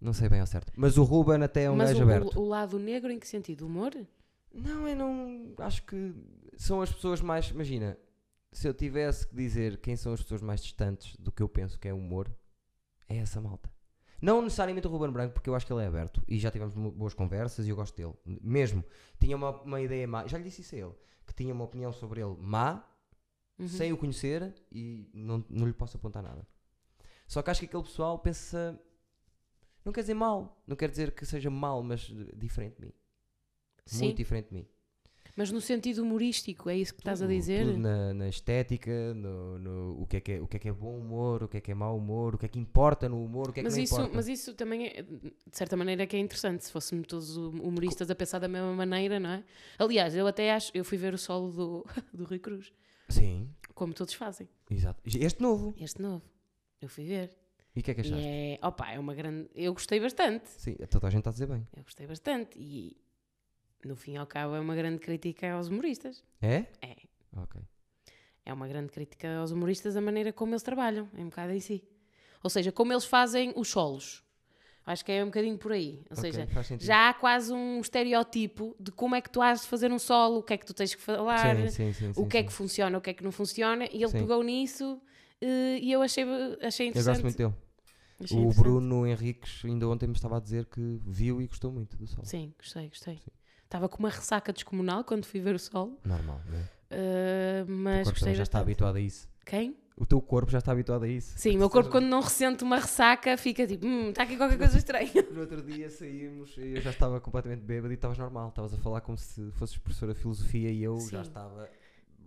não sei bem ao certo. Mas o Ruben até é um
Mas
gajo
o,
aberto.
o- o lado negro em que sentido? Humor?
Não, eu não. Acho que são as pessoas mais. Imagina, se eu tivesse que dizer quem são as pessoas mais distantes do que eu penso que é humor, é essa malta. Não necessariamente o Ruben Branco, porque eu acho que ele é aberto e já tivemos mu- boas conversas e eu gosto dele. Mesmo. Tinha uma, uma ideia má. Já lhe disse isso a ele. Que tinha uma opinião sobre ele má,
Uhum.
sem o conhecer e não, não lhe posso apontar nada. Só que acho que aquele pessoal pensa. Não quer dizer mal. Não quer dizer que seja mal, mas eh, diferente de mim.
Sim,
Muito diferente de mim.
mas no sentido humorístico, é isso que estás a
Tudo,
dizer?
tudo na, na estética, no, no- o, que é que é, o que é que é bom humor, o que é que é mau humor, o que é que importa no humor, o que é que
mas,
não
isso,
importa.
mas isso também, é, de certa maneira, que é interessante. Se fôssemos todos hum- humoristas a pensar da mesma maneira, não é? Aliás, eu até acho. Eu fui ver o solo do, do Rui Cruz,
Sim,
como todos fazem.
exato. Este novo.
Este novo. Eu fui ver.
E o que é que achaste?
E é. Opa, é uma grande. Eu gostei bastante.
Sim, toda a gente está a dizer bem.
Eu gostei bastante. E, no fim e ao cabo, é uma grande crítica aos humoristas.
É?
É.
Ok.
É uma grande crítica aos humoristas a maneira como eles trabalham, é um bocado em si. Ou seja, como eles fazem os solos. Acho que é um bocadinho por aí. Ou
Ok,
seja,
faz sentido.
já há quase um estereotipo de como é que tu has de fazer um solo, o que é que tu tens que falar,
Sim, sim, sim,
o
sim,
que é
sim.
que funciona, o que é que não funciona. E ele
Sim.
pegou nisso eh, e eu achei, achei
Eu
interessante.
gosto muito dele.
Achei
O
interessante.
Bruno Henriques ainda ontem me estava a dizer que viu e gostou muito do sol.
Sim, gostei, gostei. Estava com uma ressaca descomunal quando fui ver o solo,
Normal, não é?
eh,
O
mas
corpo
gostei
também já está
bastante.
habituado a isso.
Quem?
O teu corpo já está habituado a isso.
Sim, o meu corpo quando não ressente uma ressaca fica tipo, hum, está aqui qualquer coisa estranha.
No outro dia saímos e eu já estava completamente bêbado e estavas normal. Estavas a falar como se fosses professora de filosofia e eu já
Sim.
estava.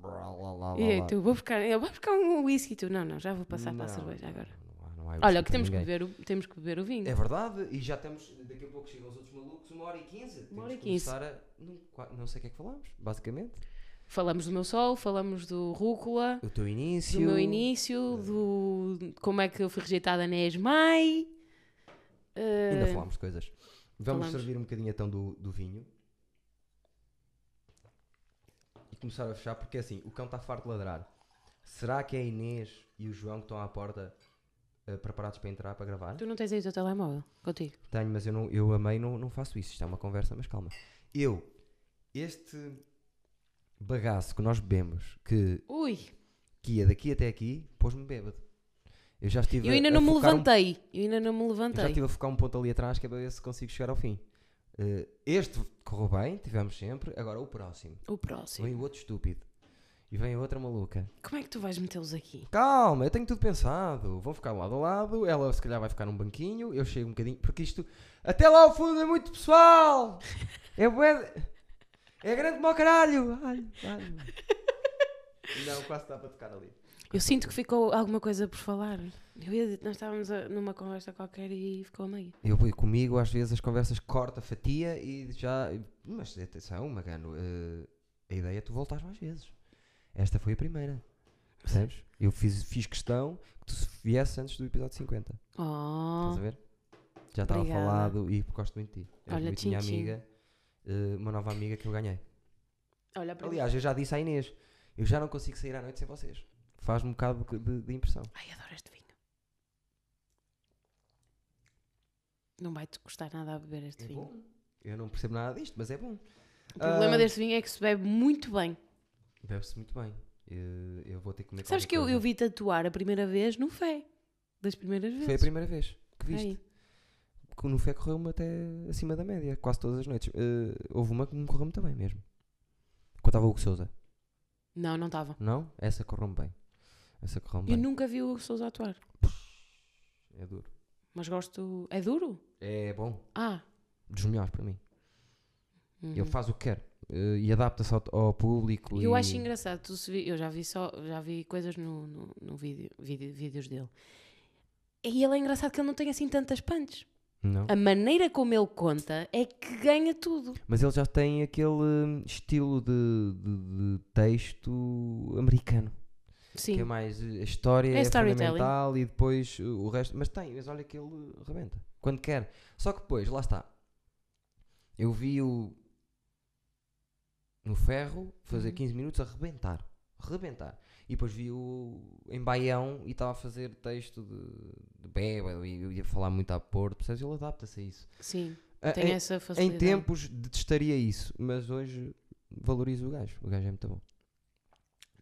Lá, lá, lá,
E aí,
lá.
tu, vou buscar, eu vou buscar um whisky, tu, não, não, já vou passar para a
Não,
cerveja
não,
agora.
não há- não há
Olha,
whisky
que temos que,
para ninguém.
beber o, temos que beber o vinho.
É verdade, e já estamos. Daqui a pouco chegam os outros malucos, uma hora e quinze.
Uma hora
Temos
e
que
quinze.
começar a- Não, qua- não sei o que é que falámos, basicamente.
Falamos do meu sol, falamos do rúcula,
O teu
do
início.
meu início,
É.
do de como é que eu fui rejeitada na ESMAI. eh,
Ainda falámos de coisas. Vamos
Falámos.
servir um bocadinho então do, do vinho. E começar a fechar, porque assim, o cão está farto de ladrar. Será que é a Inês e o João que estão à porta eh, preparados para entrar, para gravar?
Tu não tens aí o teu telemóvel contigo?
Tenho, mas eu, não, eu amei, não, não faço isso. Isto é uma conversa, mas calma. Eu, este bagaço que nós bebemos, que,
Ui,
que ia daqui até aqui, pôs-me bêbado. Eu já estive
Eu ainda
a
não me
focar um-
levantei. Eu ainda não me
eu já
levantei.
estive a focar um ponto ali atrás que é para ver se consigo chegar ao fim. Eh, este correu bem, tivemos sempre. Agora o próximo.
O próximo.
Vem o outro estúpido. E vem a outra maluca.
Como é que tu vais metê-los aqui?
Calma, eu tenho tudo pensado. Vão ficar lado a lado. Ela se calhar vai ficar num banquinho. Eu chego um bocadinho. Porque isto. Até lá ao fundo é muito pessoal! É bué. É grande como o caralho! Ai, ai. Não, quase dá para tocar ali.
Eu sinto que ficou alguma coisa por falar. Eu ia, nós estávamos a- numa conversa qualquer e ficou a meio.
Eu comigo, às vezes, as conversas corta, fatia e já. Mas atenção, Magano, eh, a ideia é tu voltares mais vezes. Esta foi a primeira. Percebes? Eu fiz, fiz questão que tu viesse antes do episódio 50. Estás
Oh,
a ver? Já estava
Obrigada.
falado e gosto muito de ti. És
Olha,
muito minha
tchim, tchim.
amiga, eh, uma nova amiga que eu ganhei.
olha para mim.
Aliás, eu já disse à Inês: eu já não consigo sair à noite sem vocês. Faz-me um bocado de- de- de impressão.
Ai, adoro este vinho. Não vai-te custar nada a beber este
É
vinho.
bom. Eu não percebo nada disto, mas é bom.
O problema
Ah.
deste vinho é que se bebe muito bem.
Bebe-se muito bem. Eh, Eu vou ter que comer
Sabes
qualquer
que eu,
coisa.
eu vi tatuar a primeira vez no Fé. Das primeiras vezes.
Foi a primeira vez que
Aí.
viste. Que no fé correu-me até acima da média, quase todas as noites. Eh, houve uma que me correu muito bem mesmo. Quando estava o Hugo Souza.
Não, não estava.
Não? Essa correu-me bem. Essa correu-me
Eu
bem.
nunca vi o Sousa atuar.
É duro.
Mas gosto. É duro?
É bom.
Ah.
Dos melhores para mim.
Uhum.
Ele faz o que quer. eh, e adapta-se ao, ao público.
Eu
e-
acho engraçado, tu se vi- eu já vi só, já vi coisas no, no, no vídeo, vídeo- vídeos dele. E ele é engraçado que ele não tem assim tantas punches.
Não?
A maneira como ele conta é que ganha tudo.
Mas ele já tem aquele eh, estilo de, de- de texto americano.
Sim.
Que é mais eh, a história
É
é,
storytelling.
fundamental e depois eh, o resto. Mas tem, mas olha que ele eh, rebenta. Quando quer. Só que depois, lá está. Eu vi o. No ferro, fazer
Uhum.
15 minutos a rebentar. Rebentar. E depois vi o em Baião e estava a fazer texto de, de bêbado e eu ia falar muito a Porto. Percebes? Ele adapta-se a isso.
Sim.
A-
Tem
É, em,
essa
em
facilidade.
tempos detestaria isso, mas hoje valorizo o gajo. O gajo é muito bom.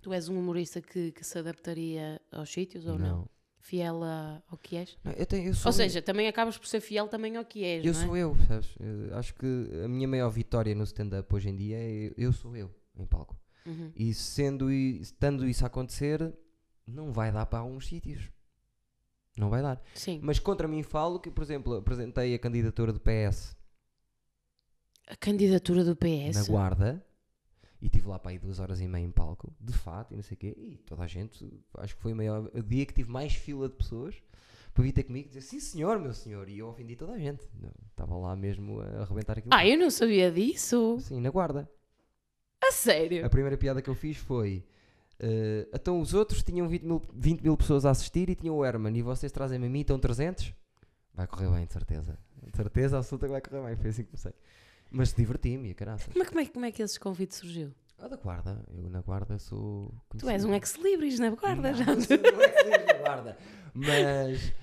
Tu és um humorista que, que se adaptaria aos sítios ou não? Fiel a- ao que és?
Não, eu tenho- eu sou
Ou seja, também acabas por ser fiel também ao que és,
Eu
não é?
sou eu, percebes? Eu acho que a minha maior vitória no stand-up hoje em dia é eu- eu sou eu em palco.
Uhum.
E sendo e estando isso a acontecer, não vai dar para alguns sítios. Não vai dar.
Sim.
Mas contra mim falo que, por exemplo, apresentei a candidatura do PS
A candidatura do
na
PS.
Guarda e tive lá para aí duas horas e meia em palco, de fato, e não sei o quê. E toda a gente, acho que foi o maior o dia que tive mais fila de pessoas para vir ter comigo e dizer sim senhor, meu senhor. E eu ofendi toda a gente. Não, Estava lá mesmo a arrebentar aquilo.
Ah, eu não sabia disso.
Sim, na Guarda.
A
A
sério.
primeira piada que eu fiz foi. eh, então os outros tinham 20 mil, 20 mil pessoas a assistir e tinham o Herman e vocês trazem-me a mim, estão 300? Vai correr bem, de certeza. De certeza absoluta que vai correr bem. Foi assim que comecei. Mas diverti-me, e caraça.
Mas como é, como é que esse convite surgiu?
Ah, da guarda. Eu na guarda sou.
Tu és um ex-libris na guarda, já.
Não, sou um ex da guarda. Mas.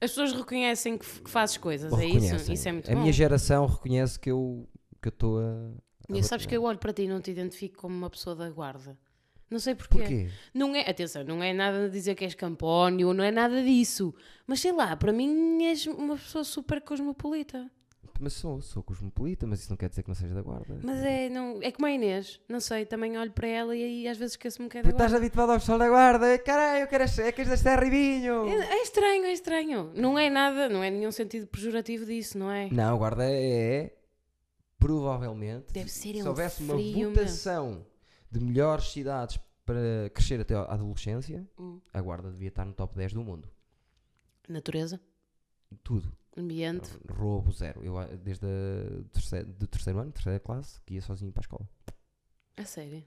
As pessoas reconhecem que, f- que fazes coisas, é isso?
reconhecem.
Isso é muito
a
bom.
minha geração reconhece que eu que estou a.
E sabes que eu olho para ti e não te identifico como uma pessoa da guarda. Não sei porquê.
Porquê?
Não é, atenção, não é nada de dizer que és campónio, não é nada disso. Mas sei lá, para mim és uma pessoa super cosmopolita.
Mas sou, sou cosmopolita, mas isso não quer dizer que não seja da guarda.
Mas é, não, é como a Inês, não sei, também olho para ela e aí às vezes esqueço-me que é da
Porque
guarda.
estás habituado ao pessoal da guarda. Caralho, eu quero as secas da Serra e Vinho.
É, é estranho, é estranho. Não é nada, não é nenhum sentido pejorativo disso, não é?
Não, a guarda é. Provavelmente.
Deve ser
se
ele
houvesse uma
frio, meu.
votação de melhores cidades para crescer até à adolescência,
Hum.
a guarda devia estar no top 10 do mundo.
Natureza,
Tudo.
ambiente,
Roubo zero. Eu, a- desde a terceiro, do terceiro ano, terceira classe, que ia sozinho para a escola.
a sério.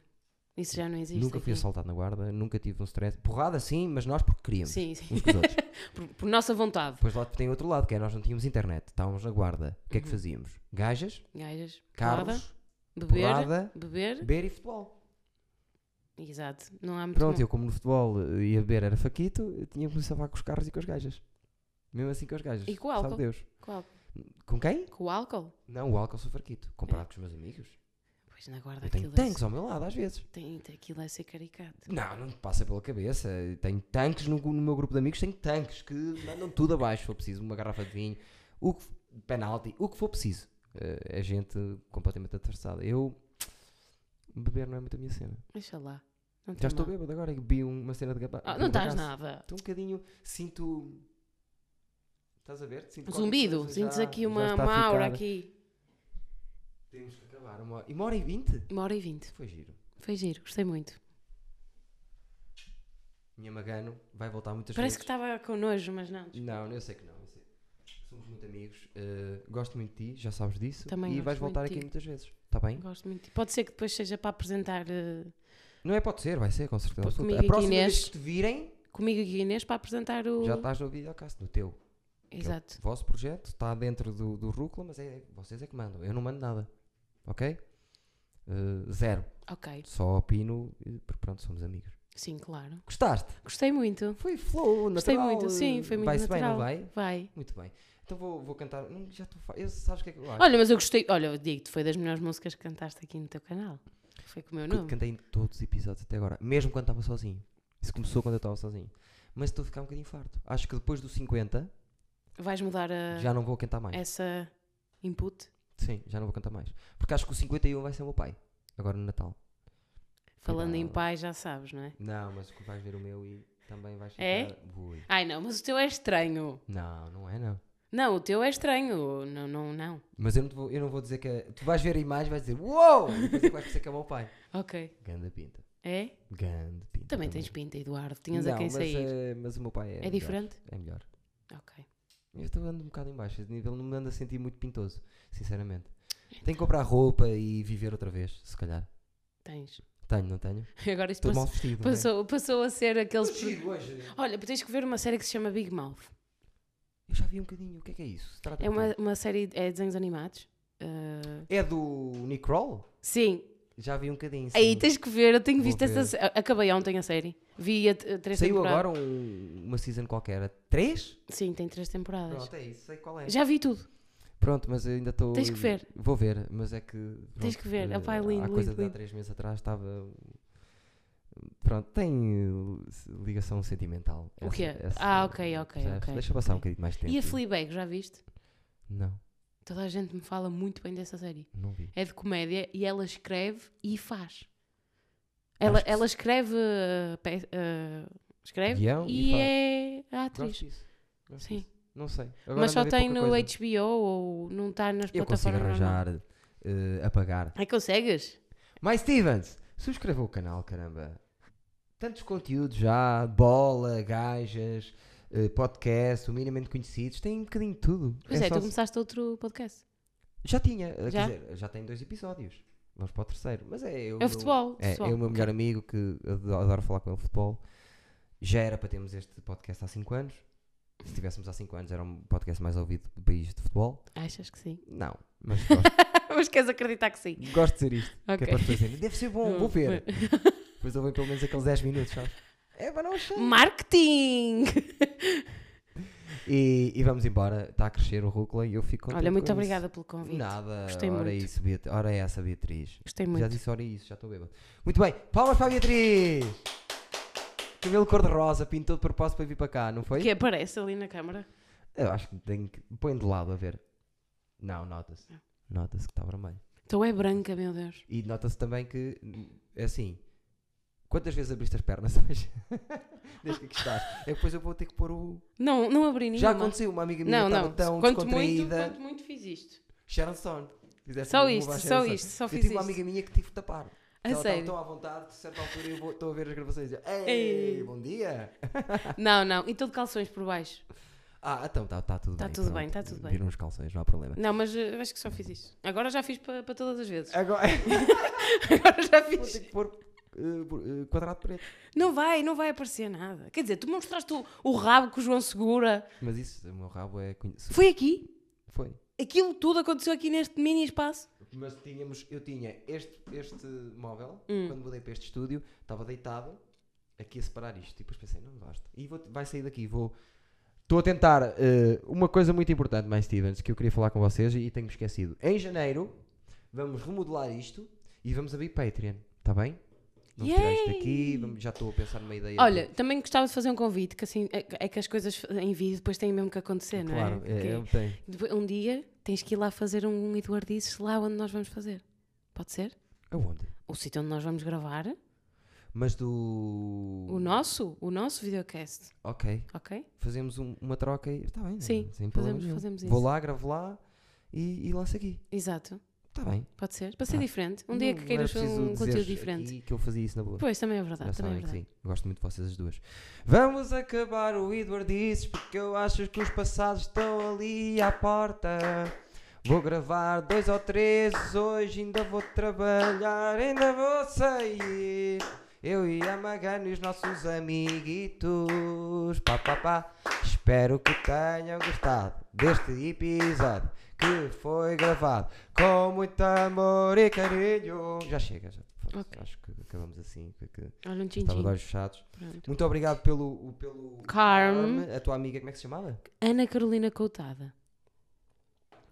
Isso já não existe.
nunca fui
aqui.
assaltado na guarda, nunca tive um stress. Porrada sim, mas nós porque queríamos.
Sim, sim.
Uns com os outros.
Por, por nossa vontade.
Depois lá tem outro lado, que é nós não tínhamos internet, estávamos na guarda. O que é que
Uhum.
fazíamos? Gajas,
Gajas, porrada,
carros,
beber,
porrada,
beber.
beber e futebol.
Exato, não há muito
Pronto,
bom.
eu como no futebol eh, ia beber era faquito, eu tinha que me safar com os carros e com as gajas. Mesmo assim com as gajas.
E com o
sabe
álcool?
Deus.
Com, o álcool-
Com quem?
com o álcool?
Não, o álcool sou farquito. Comparado com os meus amigos.
Pois na guarda
Eu tenho
aquilo
tanques ao meu lado, às vezes.
é, tem, tem- aquilo é ser caricato.
Não, não me passa pela cabeça. Tenho tanques no, no meu grupo de amigos, tenho tanques que mandam tudo abaixo. Se for preciso, uma garrafa de vinho, o que, penalti, o que for preciso. Eh, É gente completamente atravessada. Eu. Beber não é muito a minha cena.
Deixa lá. Não
Já
tem
estou
mal.
bêbado agora e bebi um- uma cena de gabarito.
Ah, não estás nada.
Estou um bocadinho. Sinto. Estás a ver? Sinto qualquer
Zumbido,
coisa,
sentes
já-
aqui
já
uma,
está a
uma aura
ficar.
aqui.
Temos que acabar. Uma... E uma hora e vinte?
Uma hora e vinte.
Foi giro.
Foi giro, gostei muito.
Minha Magano vai voltar muitas
Parece que tá.
vezes.
estava com nojo, mas não.
Não, eu sei que não. Eu sei. Somos muito amigos. eh, gosto muito de ti, já sabes disso.
Também
e
gosto
vais
muito
voltar
de
aqui
ti.
muitas vezes. Está bem?
Gosto muito. Pode ser que depois seja para apresentar eh,
Não é? Pode ser, vai ser, com certeza.
Pô,
absoluta.
comigo
A
e
próxima
Inês. Uhum.
vez que te virem,
comigo aqui Inês para apresentar o.
já estás no videocast, no teu. que é
Exato.
o vosso projeto está dentro do, do Rúcula, mas é, vocês é que mandam. Eu não mando nada. Ok? Eh, zero.
Ok.
Só opino, eh, porque pronto, somos amigos.
Sim, claro.
Gostaste?
Gostei muito.
Foi flow, natural.
Gostei muito, sim,
eh,
foi muito
Vai-se bem, não
natural.
vai?
Vai.
Muito bem. Então vou, vou cantar. Não, já estou. a fa- Eu sabes o que é que eu acho?
Olha, mas eu gostei. Olha, eu digo-te, foi das melhores músicas que cantaste aqui no teu canal. Foi com o meu
Que
nome.
Cantei em todos os episódios até agora, mesmo quando estava sozinho. Isso começou quando eu estava sozinho. Mas estou a ficar um bocadinho farto. Acho que depois dos 50
Vais mudar a-
já não vou cantar
É.
mais.
essa input?
Sim, já não vou cantar mais. Porque acho que o 51 vai ser o meu pai. Agora no Natal.
Falando em
Cuidado.
pai, já sabes, não é?
Não, mas que vais ver o meu e também vais ficar.
É?
Ui.
Ai não, mas o teu é estranho.
Não, não é não.
Não, o teu é estranho. Não, não, não.
Mas eu não, te vou, eu não vou dizer que é. Tu vais ver a imagem e vais dizer Uou! E depois é que vais dizer que é o meu pai.
Ok.
Ganda pinta.
É?
Ganda pinta.
Também tens pinta, Eduardo. Tinhas
não,
a quem
mas,
sair.
eh, mas o meu pai é.
É
melhor.
diferente?
É melhor.
Ok.
Eu estou andando um bocado em baixo, esse nível não me anda a sentir muito pintoso, sinceramente. Tenho que comprar roupa e viver outra vez, se calhar.
Tens.
Tenho, não tenho?
Agora isto
Estou mal
passou,
vestido. não é?
passou, passou a ser aqueles.
Estou chique hoje.
Olha, tens que ver uma série que se chama Big Mouth.
Eu já vi um bocadinho, o que é que é isso? Se trata
É
de quê?
uma, uma série é desenhos animados. Ah,
É do Nick Kroll?
sim.
Já vi um bocadinho.
Aí
sim.
tens que ver, eu tenho
Vou
visto essa.
ver.
se- a- Acabei ontem a série. Vi a, a três
Saiu
temporadas.
agora um- uma season qualquer. a Três?
Sim, tem três temporadas.
Pronto, é isso, sei qual é.
Já vi tudo.
Pronto, mas eu ainda estou.
Tens que ver.
Vou ver, mas é que.
Tens
pronto,
que ver.
eh,
Opá, é lindo,
Há coisa
lindo,
de há
lindo.
três meses atrás estava. Pronto, tem eh, se- ligação sentimental.
O quê? Ah, ok, ok,
percebes?
ok,
Deixa passar um
ok.
bocadinho mais de tempo.
E a Fleabag, já viste?
Não,
Toda a gente me fala muito bem dessa série.
não vi.
É de comédia e ela escreve e faz. Ela,
Acho que
ela escreve. ah, pe- ah, escreve
Guião
e,
e faz.
é a atriz.
Gosto disso. Gosto
Sim.
disso. Não sei. Agora
Mas só
anda a ver
tem
pouca
no
coisa.
HBO ou não está nas
Eu consigo
plataformas. normais.
arranjar, É eh, apagar.
Ai, consegues?
Mais Stevens, subscreva o canal, caramba. Tantos conteúdos já, bola, gajas, eh, podcast, o minimamente conhecidos, tem um bocadinho de tudo.
Pois é, tu
só se-
começaste outro podcast.
Já tinha, eh,
Já?
quer dizer, já tem dois episódios. Vamos para o terceiro. Mas é eu.
É o futebol.
É,
futebol.
é o meu melhor amigo que ado- adoro falar com ele de futebol. Já era para termos este podcast há 5 anos. Se tivéssemos há 5 anos, era um podcast mais ouvido do país de futebol.
Achas que sim?
Não, mas gosto,
Mas queres acreditar que sim?
gosto de dizer isto. Que
Ok.
é para as pessoas dizerem, deve ser bom, vou ver. Depois ouvem pelo menos aqueles 10 minutos, sabes? É para não achar.
Marketing!
E, e vamos embora. Está a crescer o Rúcula e eu fico contente
Olha, muito
com é isso.
obrigada pelo convite.
Nada.
Gostei
ora
muito.
Isso, Beatriz. Ora essa, Beatriz.
Gostei
Já
muito.
disse ora isso, já estou bêbado. Muito bem. Palmas para a Beatriz. Cabelo cor-de-rosa, pintou de propósito para vir para cá, não foi?
Que aparece ali na câmara.
Eu acho que tenho que... Põe de lado a ver. Não, nota-se.
Não.
Nota-se que está vermelho.
Então é branca, meu Deus.
E nota-se também que, é assim, quantas vezes abriste as pernas hoje? Desde que aqui estás. É que depois eu vou ter que pôr o...
Não, não abri nenhuma.
Já aconteceu, uma amiga minha
Não,
estava
não.
tão
Quanto muito,
descontraída.
quanto muito fiz isto.
Sharon Stone. Fizeste
Só
uma
isto,
boa
só
Sharon
isto, só
Stone.
fiz
Eu tive uma
isto.
amiga minha que tive que tapar.
A
ela estava
sério.
tão à vontade que, a certa altura, eu vou- estou a ver as gravações. e eu, Ei,
Ei.
bom dia!
Não, não. E todo calções por baixo.
Ah, então está tá tudo
Tá
bem.
tudo
pronto.
bem, tá tudo bem.
Viram os calções, não há problema.
Não, mas eh, eu acho que só fiz isto. Agora já fiz para todas as vezes.
Agora
Agora já
vou ter
fiz.
que pôr eh, por- eh, quadrado preto.
Não vai, não vai aparecer nada. Quer dizer, tu mostraste o, o rabo que o João segura.
Mas isso, o meu rabo é conhecido.
Foi aqui.
Foi.
Aquilo tudo aconteceu aqui neste mini espaço.
Mas tínhamos, eu tinha este, este móvel,
Hum.
quando mudei para este estúdio, estava deitado aqui a separar isto. E depois pensei, não gosto. E vou, vai sair daqui, vou. Estou a tentar eh, uma coisa muito importante, mais Stevens, que eu queria falar com vocês e tenho esquecido. Em janeiro, vamos remodelar isto E vamos abrir Patreon, está bem? Vamos tirar isto daqui,
Yay!
vamos- já estou a pensar numa ideia.
Olha, também gostava de fazer um convite, que assim, é, é que as coisas em vídeo depois têm mesmo que acontecer,
de...
não é?
claro, é,
Porque
eu tenho.
depois- Um dia tens que ir lá fazer um Eduardices lá onde nós vamos fazer. Pode ser?
Aonde?
O sítio onde nós vamos gravar,
Mas do.
o nosso, o nosso videocast,
Ok,
ok?
fazemos um- uma troca e. Está bem,
Sim,
sem problema
fazemos-
nenhum.
fazemos
Vou
isso.
lá, gravo lá e, e lanço aqui.
Exato.
Está bem.
Pode ser? Para ser
Pá,
diferente. Um dia
Ah, Não-
que
não
queiras
é preciso
um conteúdo
dizeres
diferente.
aqui que eu fazia isso na boa.
Pois, também é verdade.
Já
também é
sabem que
verdade.
sim. Eu Gosto muito de vocês as duas. Vamos acabar o Eduardices porque eu acho que os passados estão ali à porta. Vou gravar dois ou três hoje, ainda vou trabalhar, ainda vou sair. Eu e a Magana e os nossos amiguitos. Pá, pá, pá. Espero que tenham gostado deste episódio que foi gravado com muito amor e carinho. Já chega, já.
Ok.
Acho que acabamos assim. Que, que...
Olha um tchim
Estava de olhos fechados.
Pronto.
Muito obrigado pelo. o- pelo
Carme.
Carme. A tua amiga, como é que se chamava?
Ana Carolina Coutada.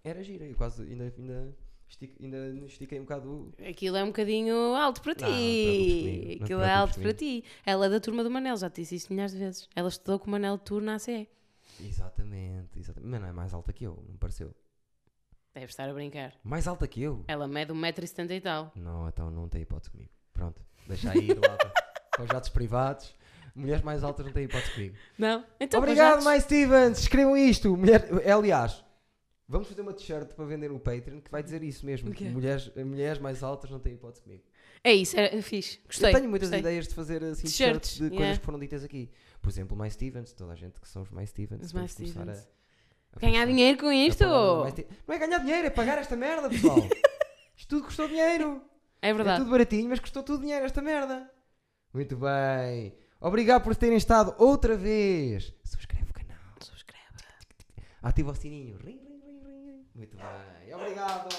Era gira, eu quase ainda, ainda, estico- ainda estiquei um bocado. o-
Aquilo é um bocadinho alto para ti.
Não, não te preocupes comigo, não te
Aquilo é alto para
preocupes
ti. Ela é da turma do Manel, já te disse isso milhares de vezes. Ela estudou com o Manel de Tour na ACE.
Exatamente, exatamente. Mas não é mais alta que eu, não pareceu.
Deve estar a brincar.
Mais alta que eu?
Ela mede 1,70m e tal.
Não, então não tem hipótese comigo. Pronto, deixa aí de lado para os jatos privados. Mulheres mais altas não têm hipótese comigo.
Não? Então,
obrigado,
pois já-
mais Stevens. Escrevam isto. Mulher... eh, Aliás, vamos fazer uma t-shirt para vender no Patreon que vai dizer isso mesmo.
O quê?
Mulheres, eh, mulheres mais altas não têm hipótese comigo.
É isso, era fixe. Gostei.
eu tenho muitas
gostei.
ideias de fazer assim
T-shirts,
t-shirts de coisas
yeah.
que foram ditas aqui. Por exemplo, My Stevens, toda a gente que são os My Stevens.
Os
temos
Mais
de começar a-
Stevens.
a
Ganhar
começar
dinheiro com
a
isto?
falar dos Mais Ste- Não é ganhar dinheiro, é pagar esta merda, pessoal. Isto tudo custou dinheiro.
É
É
verdade.
tudo baratinho, mas custou tudo dinheiro esta merda. Muito bem. Obrigado por terem estado outra vez. Subscreve o canal.
Subscreve.
Ativa o sininho. Ring, ring, ring, ring, ring. Muito bem. Obrigado.